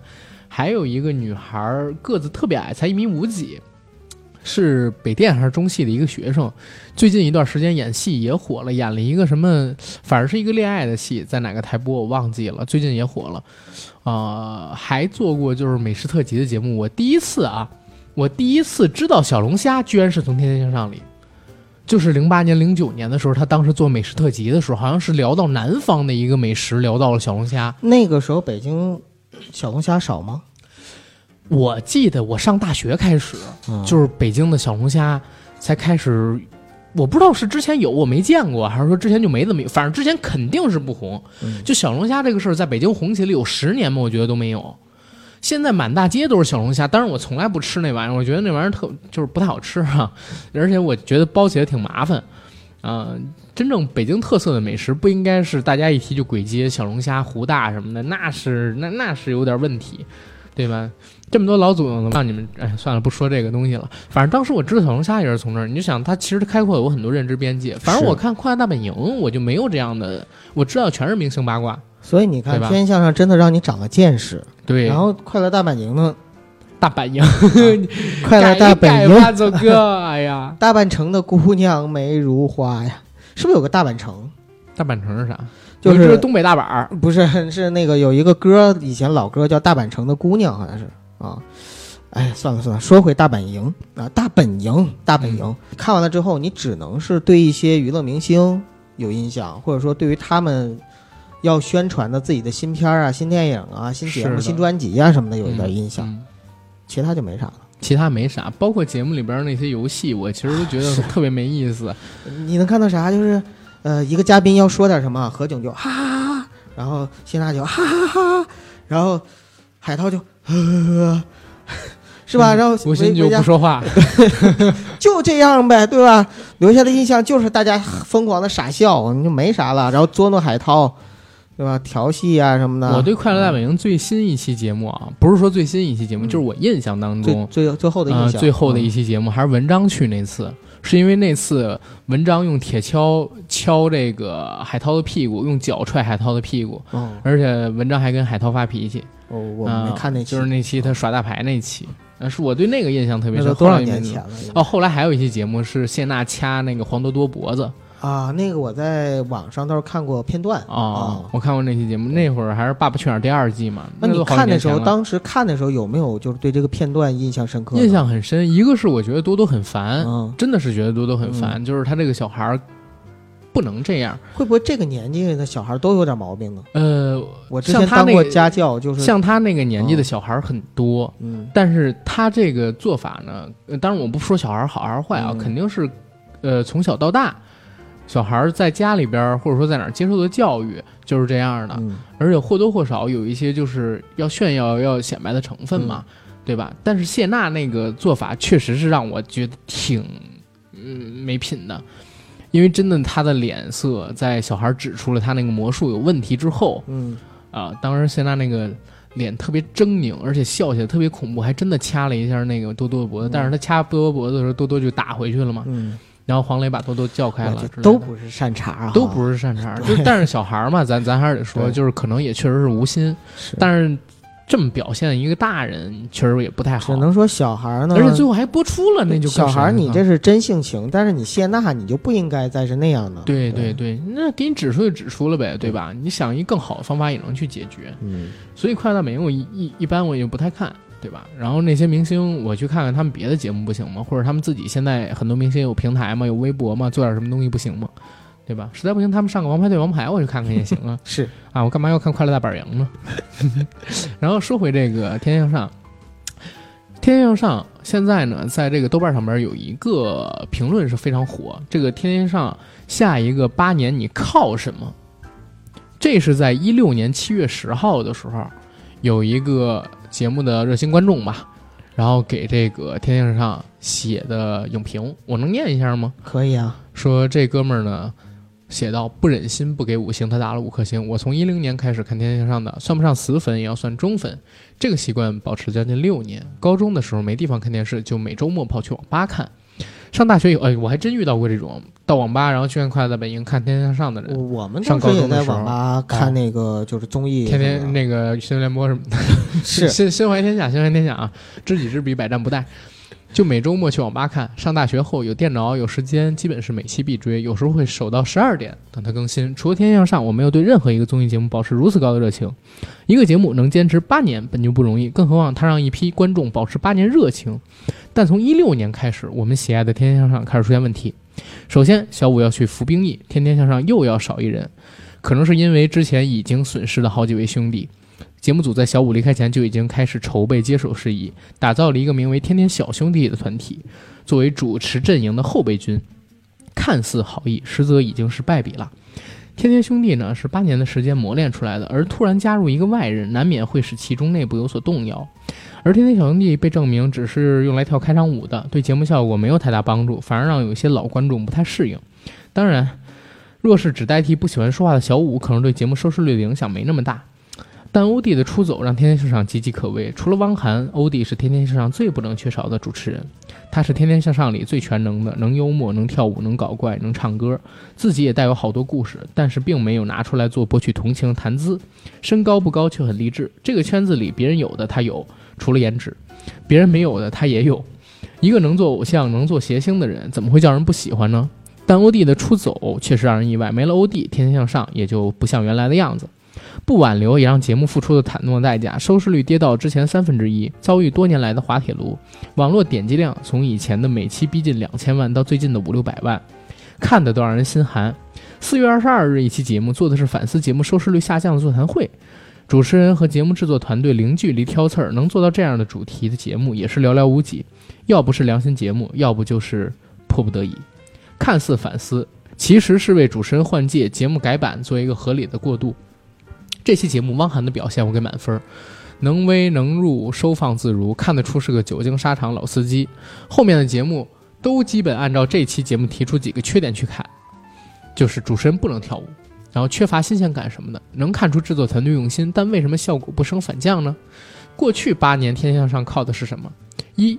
还有一个女孩儿个子特别矮，才一米五几，是北电还是中戏的一个学生，最近一段时间演戏也火了，演了一个什么，反而是一个恋爱的戏，在哪个台播我忘记了，最近也火了。啊、还做过就是美食特辑的节目，我第一次啊，我第一次知道小龙虾居然是从《天天向上》里，就是零八年、零九年的时候，他当时做美食特辑的时候，好像是聊到南方的一个美食，聊到了小龙虾。那个时候北京小龙虾少吗？我记得我上大学开始，嗯就是北京的小龙虾才开始，我不知道是之前有我没见过，啊还是说之前就没怎么有，反正之前肯定是不红。嗯就小龙虾这个事儿，在北京红起来有十年吧，我觉得都没有。现在满大街都是小龙虾，当然我从来不吃那玩意儿，我觉得那玩意儿特就是不太好吃啊，而且我觉得包起来挺麻烦。啊、真正北京特色的美食不应该是大家一提就簋街、小龙虾、胡大什么的，那是那那是有点问题，对吧？这么多老祖宗，让你们哎算了，不说这个东西了。反正当时我知道小龙虾也是从这儿，你就想它其实开阔了我很多认知边界。反正是我看《快乐大本营》，我就没有这样的，我知道全是明星八卦。所以你看，对吧天天向上真的让你长了见识。对，然后快乐大本营呢？大板营，快乐改大本一改营，吧，走哥，哎呀，大半城的姑娘美如花呀，是不是有个 <laughs> 大阪城？大板城是啥？就有一只是东北大板儿。不是 <laughs> 是那个有一个歌，以前老歌叫《大阪城的姑娘》，好像是啊。哎，算了算了，说回大本营啊，大本营，大本营。嗯看完了之后，你只能是对一些娱乐明星有印象，或者说对于他们要宣传的自己的新片儿啊、新电影啊、新节是目、的新专辑啊什么的有一点印象，嗯其他就没啥了。其他没啥，包括节目里边那些游戏，我其实都觉得特别没意 <laughs> 思。你能看到啥？就是呃，一个嘉宾要说点什么，何炅就哈哈哈哈，然后谢娜就哈哈哈哈，然后海涛就 <laughs> 呵呵呵，是吧？嗯然后吴昕维就维嘉不说话，就这样呗，对吧？留下的印象就是大家疯狂的傻笑，你就没啥了。然后捉弄海涛，对吧？调戏啊什么的。我对《快乐大本营》最新一期节目啊，不是说最新一期节目，嗯就是我印象当最中，最最后的印呃，象，嗯最后的一期节目还是文章去那次，是因为那次文章用铁锹敲这个海涛的屁股，用脚踹海涛的屁股，嗯。而且文章还跟海涛发脾气。哦，我没看那期，啊就是那期他耍大牌那期，呃，是我对那个印象特别那深。都多后来少也年没怎前么？了哦，后来还有一期节目是谢娜掐那个黄多多脖子啊？那个我在网上倒是看过片段哦，我看过那期节目，那会儿还是《爸爸去哪儿》第二季嘛。那都你好几看的年时前候，了当时看的时候有没有就是对这个片段印象深刻呢？印象很深，一个是我觉得多多很烦，嗯，真的是觉得多多很烦，就是他这个小孩儿不能这样。会不会这个年纪的小孩都有点毛病呢？呃，我之像前他当那过个家教，就是像他那个年纪的嗯小孩儿很多，嗯但是他这个做法呢，呃当然我不说小孩儿好还是坏啊，嗯肯定是，呃，从小到大，小孩儿在家里边儿或者说在哪儿接受的教育就是这样的，嗯而且或多或少有一些就是要炫耀、要显摆的成分嘛，嗯对吧？但是谢娜那个做法确实是让我觉得挺，嗯，没品的，因为真的她的脸色在小孩儿指出了她那个魔术有问题之后，嗯，啊，当时谢娜那个脸特别狰狞，而且笑起来特别恐怖，还真的掐了一下那个多多的脖子。嗯但是他掐多多脖子的时候，多多就打回去了嘛。嗯，然后黄磊把多多叫开我了这之类的，都不是善茬啊，都不是善茬儿。就但是小孩儿嘛，咱咱还是得说，对就是可能也确实是无心，是，但是这么表现一个大人，确实也不太好只。能说小孩呢，而且最后还播出了，那就更嗯小孩神你了这是真性情，但是你谢娜你就不应该再是那样的，对对对，那给你指出就指出了呗，对吧？你想一更好的方法也能去解决。嗯，。所以《快乐大本营》我一一一般我也不太看，对吧？然后那些明星，我去看看他们别的节目不行吗？或者他们自己现在很多明星有平台嘛，有微博嘛，做点什么东西不行吗？对吧？实在不行，他们上个《王牌对王牌》，我去看看也行啊是啊，我干嘛要看《快乐大本营》呢？ <laughs> 然后说回这个《天天向上》，《天天向上》现在呢，在这个豆瓣上边有一个评论是非常火，这个《天天向上》下一个八年你靠什么？这是在一六年七月十号的时候，有一个节目的热心观众吧，然后给这个《天天向上》写的影评，我能念一下吗？可以啊，说这哥们儿呢，写到不忍心不给五星，他打了五颗星。我从一零年开始看《天天向上》的，算不上死粉，也要算忠粉。这个习惯保持将近六年。高中的时候没地方看电视，就每周末跑去网吧看。上大学以后，哎，我还真遇到过这种到网吧，然后去看《快乐大本营》看《天天向上》的我人，我们呃上当高时中也的在时候啊网吧看那个就是综艺什天么的，天那个新闻联播什么的。 <laughs> 是心心怀天下，心怀天下啊！知己知彼，百战不殆。就每周末去网吧看。上大学后有电脑有时间，基本是每期必追，有时候会守到十二点等它更新。除了《天天向上》，我没有对任何一个综艺节目保持如此高的热情。一个节目能坚持八年本就不容易，更何况它让一批观众保持八年热情。但从一六年开始，我们喜爱的《天天向上》开始出现问题。首先，小五要去服兵役，《天天向上》又要少一人，可能是因为之前已经损失了好几位兄弟。节目组在小五离开前就已经开始筹备接手事宜，打造了一个名为“天天小兄弟”的团体，作为主持阵营的后备军。看似好意，实则已经是败笔了。天天兄弟呢是八年的时间磨练出来的，而突然加入一个外人，难免会使其中内部有所动摇。而天天小兄弟被证明只是用来跳开场舞的，对节目效果没有太大帮助，反而让有一些老观众不太适应。当然，若是只代替不喜欢说话的小五，可能对节目收视率的影响没那么大。但欧弟的出走让天天向上岌岌可危，除了汪涵，欧弟是天天向上最不能缺少的主持人。他是天天向上里最全能的，能幽默，能跳舞，能搞怪，能唱歌，自己也带有好多故事，但是并没有拿出来做博取同情的谈资。身高不高，却很励志。这个圈子里别人有的他有，除了颜值，别人没有的他也有。一个能做偶像、能做谐星的人，怎么会叫人不喜欢呢？但欧弟的出走确实让人意外，没了欧弟，天天向上也就不像原来的样子。不挽留也让节目付出了惨痛的代价，收视率跌到之前三分之一，遭遇多年来的滑铁卢。网络点击量从以前的每期逼近两千万到最近的五六百万，看的都让人心寒。四月二十二日一期节目做的是反思节目收视率下降的座谈会，主持人和节目制作团队零距离挑刺儿，能做到这样的主题的节目也是寥寥无几。要不是良心节目，要不就是迫不得已。看似反思，其实是为主持人换届、节目改版做一个合理的过渡。这期节目汪涵的表现我给满分儿，能威能入，收放自如，看得出是个久经沙场老司机。后面的节目都基本按照这期节目提出几个缺点去看，就是主持人不能跳舞，然后缺乏新鲜感什么的，能看出制作团队用心，但为什么效果不升反降呢？过去八年天向上靠的是什么？一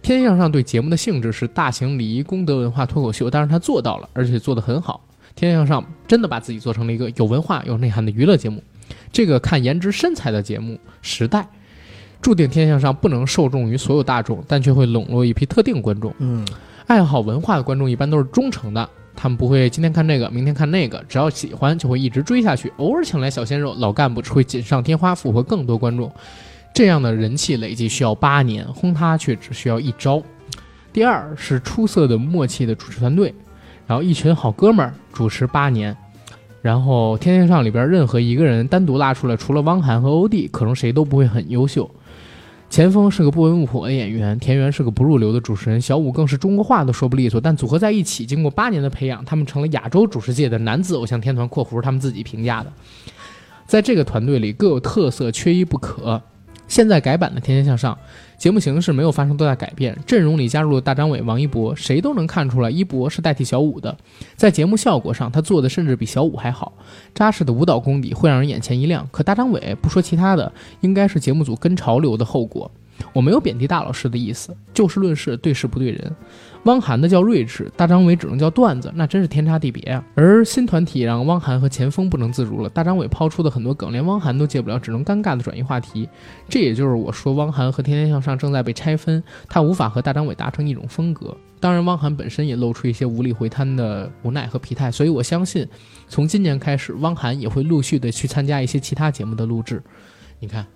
天向上对节目的性质是大型礼仪公德文化脱口秀，但是他做到了，而且做得很好。天向上真的把自己做成了一个有文化、有内涵的娱乐节目。这个看颜值身材的节目时代，注定天下上不能受众于所有大众，但却会笼络一批特定观众。嗯，爱好文化的观众一般都是忠诚的，他们不会今天看这个，明天看那个，只要喜欢就会一直追下去。偶尔请来小鲜肉、老干部只会锦上添花，俘获更多观众。这样的人气累计需要八年，轰他却只需要一招。第二是出色的默契的主持团队，然后一群好哥们儿主持八年，然后《天天上》里边任何一个人单独拉出来，除了汪涵和欧弟，可能谁都不会很优秀。前锋是个不温不火的演员，田园是个不入流的主持人，小五更是中国话都说不利索。但组合在一起，经过八年的培养，他们成了亚洲主持界的男子偶像天团（括弧他们自己评价的）。在这个团队里，各有特色，缺一不可。现在改版的《天天向上》节目形式没有发生多大改变，阵容里加入了大张伟、王一博，谁都能看出来一博是代替小五的。在节目效果上，他做的甚至比小五还好，扎实的舞蹈功底会让人眼前一亮。可大张伟不说其他的，应该是节目组跟潮流的后果。我没有贬低大老师的意思，就事论事，对事不对人。汪涵的叫睿智，大张伟只能叫段子，那真是天差地别啊！而新团体让汪涵和前锋不能自如了，大张伟抛出的很多梗连汪涵都接不了，只能尴尬的转移话题。这也就是我说汪涵和天天向上正在被拆分，他无法和大张伟达成一种风格。当然，汪涵本身也露出一些无力回天的无奈和疲态，所以我相信，从今年开始，汪涵也会陆续的去参加一些其他节目的录制。你看，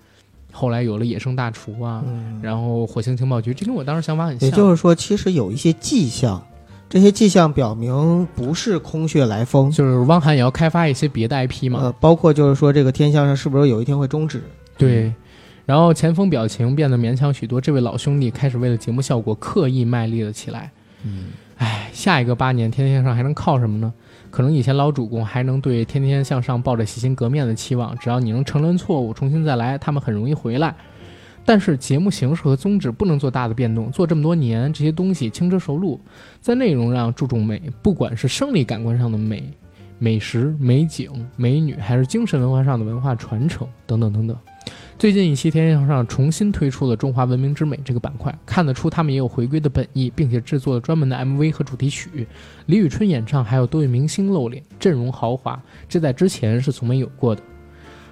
后来有了《野生大厨》啊，然后《火星情报局》，这跟我当时想法很像。也就是说，其实有一些迹象，这些迹象表明不是空穴来风。就是汪涵也要开发一些别的 IP 嘛。呃，包括就是说，这个天象上是不是有一天会终止？对，然后前锋表情变得勉强许多，这位老兄弟开始为了节目效果刻意卖力了起来。嗯，哎，下一个八年，天天向上还能靠什么呢？可能以前老主公还能对天天向上抱着洗心革面的期望，只要你能承认错误，重新再来，他们很容易回来。但是节目形式和宗旨不能做大的变动，做这么多年，这些东西轻车熟路，在内容上注重美，不管是生理感官上的美、美食、美景、美女，还是精神文化上的文化传承等等等等。最近一期《天天向上》重新推出了“中华文明之美”这个板块，看得出他们也有回归的本意，并且制作了专门的 MV 和主题曲，李宇春演唱，还有多位明星露脸，阵容豪华，这在之前是从没有过的。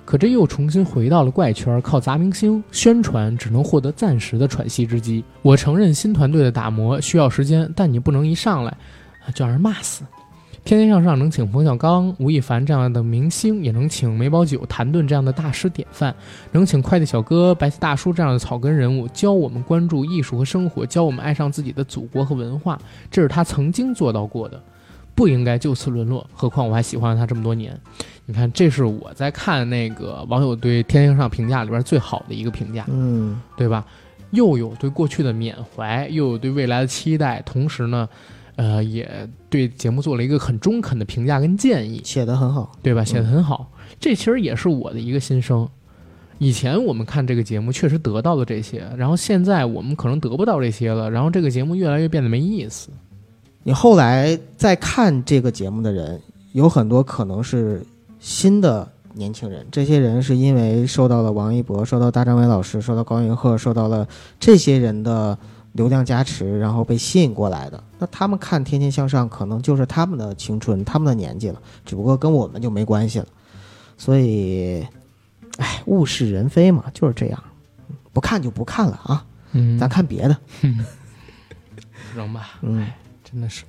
可这又重新回到了怪圈，靠砸明星宣传只能获得暂时的喘息之机。我承认新团队的打磨需要时间，但你不能一上来啊就让人骂死。天天向上能请冯小刚、吴亦凡这样的明星，也能请梅葆玖、谭盾这样的大师典范，能请快递小哥、白大叔这样的草根人物，教我们关注艺术和生活，教我们爱上自己的祖国和文化，这是他曾经做到过的，不应该就此沦落。何况我还喜欢了他这么多年。你看，这是我在看那个网友对《天天向上》评价里边最好的一个评价。嗯对吧？又有对过去的缅怀，又有对未来的期待，同时呢，呃，也对节目做了一个很中肯的评价跟建议，写的很好，对吧？写得很好，这其实也是我的一个心声。以前我们看这个节目确实得到了这些，然后现在我们可能得不到这些了，然后这个节目越来越变得没意思。你后来再看这个节目的人，有很多可能是新的年轻人。这些人是因为受到了王一博、受到大张伟老师、受到高云鹤、受到了这些人的流量加持，然后被吸引过来的。那他们看《天天向上》，可能就是他们的青春、他们的年纪了，只不过跟我们就没关系了。所以，哎，物是人非嘛，就是这样。不看就不看了啊，嗯咱看别的。扔吧，嗯真的是。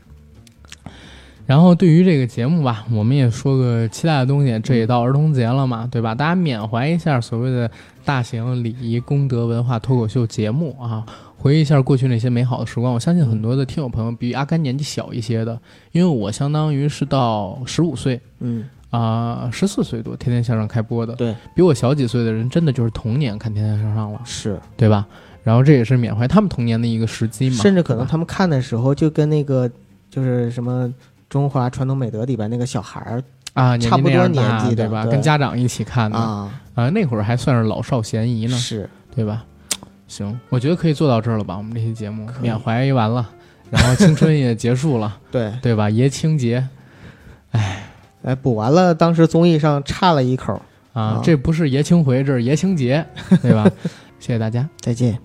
然后对于这个节目吧，我们也说个期待的东西。这也到儿童节了嘛，嗯对吧？大家缅怀一下所谓的大型礼仪公德文化脱口秀节目啊，回忆一下过去那些美好的时光。我相信很多的听友朋友比阿甘年纪小一些的，因为我相当于是到十五岁嗯，啊，十、四岁多《天天向上》开播的，对，比我小几岁的人，真的就是童年看《天天向上》了，是。对吧？然后这也是缅怀他们童年的一个时机嘛，甚至可能对吧他们看的时候就跟那个就是什么《中华传统美德》里边那个小孩儿啊，年纪差不那多样大年纪的对吧？对跟家长一起看的啊、啊，那会儿还算是老少咸宜呢，是对吧？行，我觉得可以做到这儿了吧？我们这期节目可以缅怀完了，然后青春也结束了， <laughs> 对。对吧？爷青结哎，补完了，当时综艺上差了一口，啊啊，这不是爷青回，这是爷青结，对吧？谢谢大家。再见。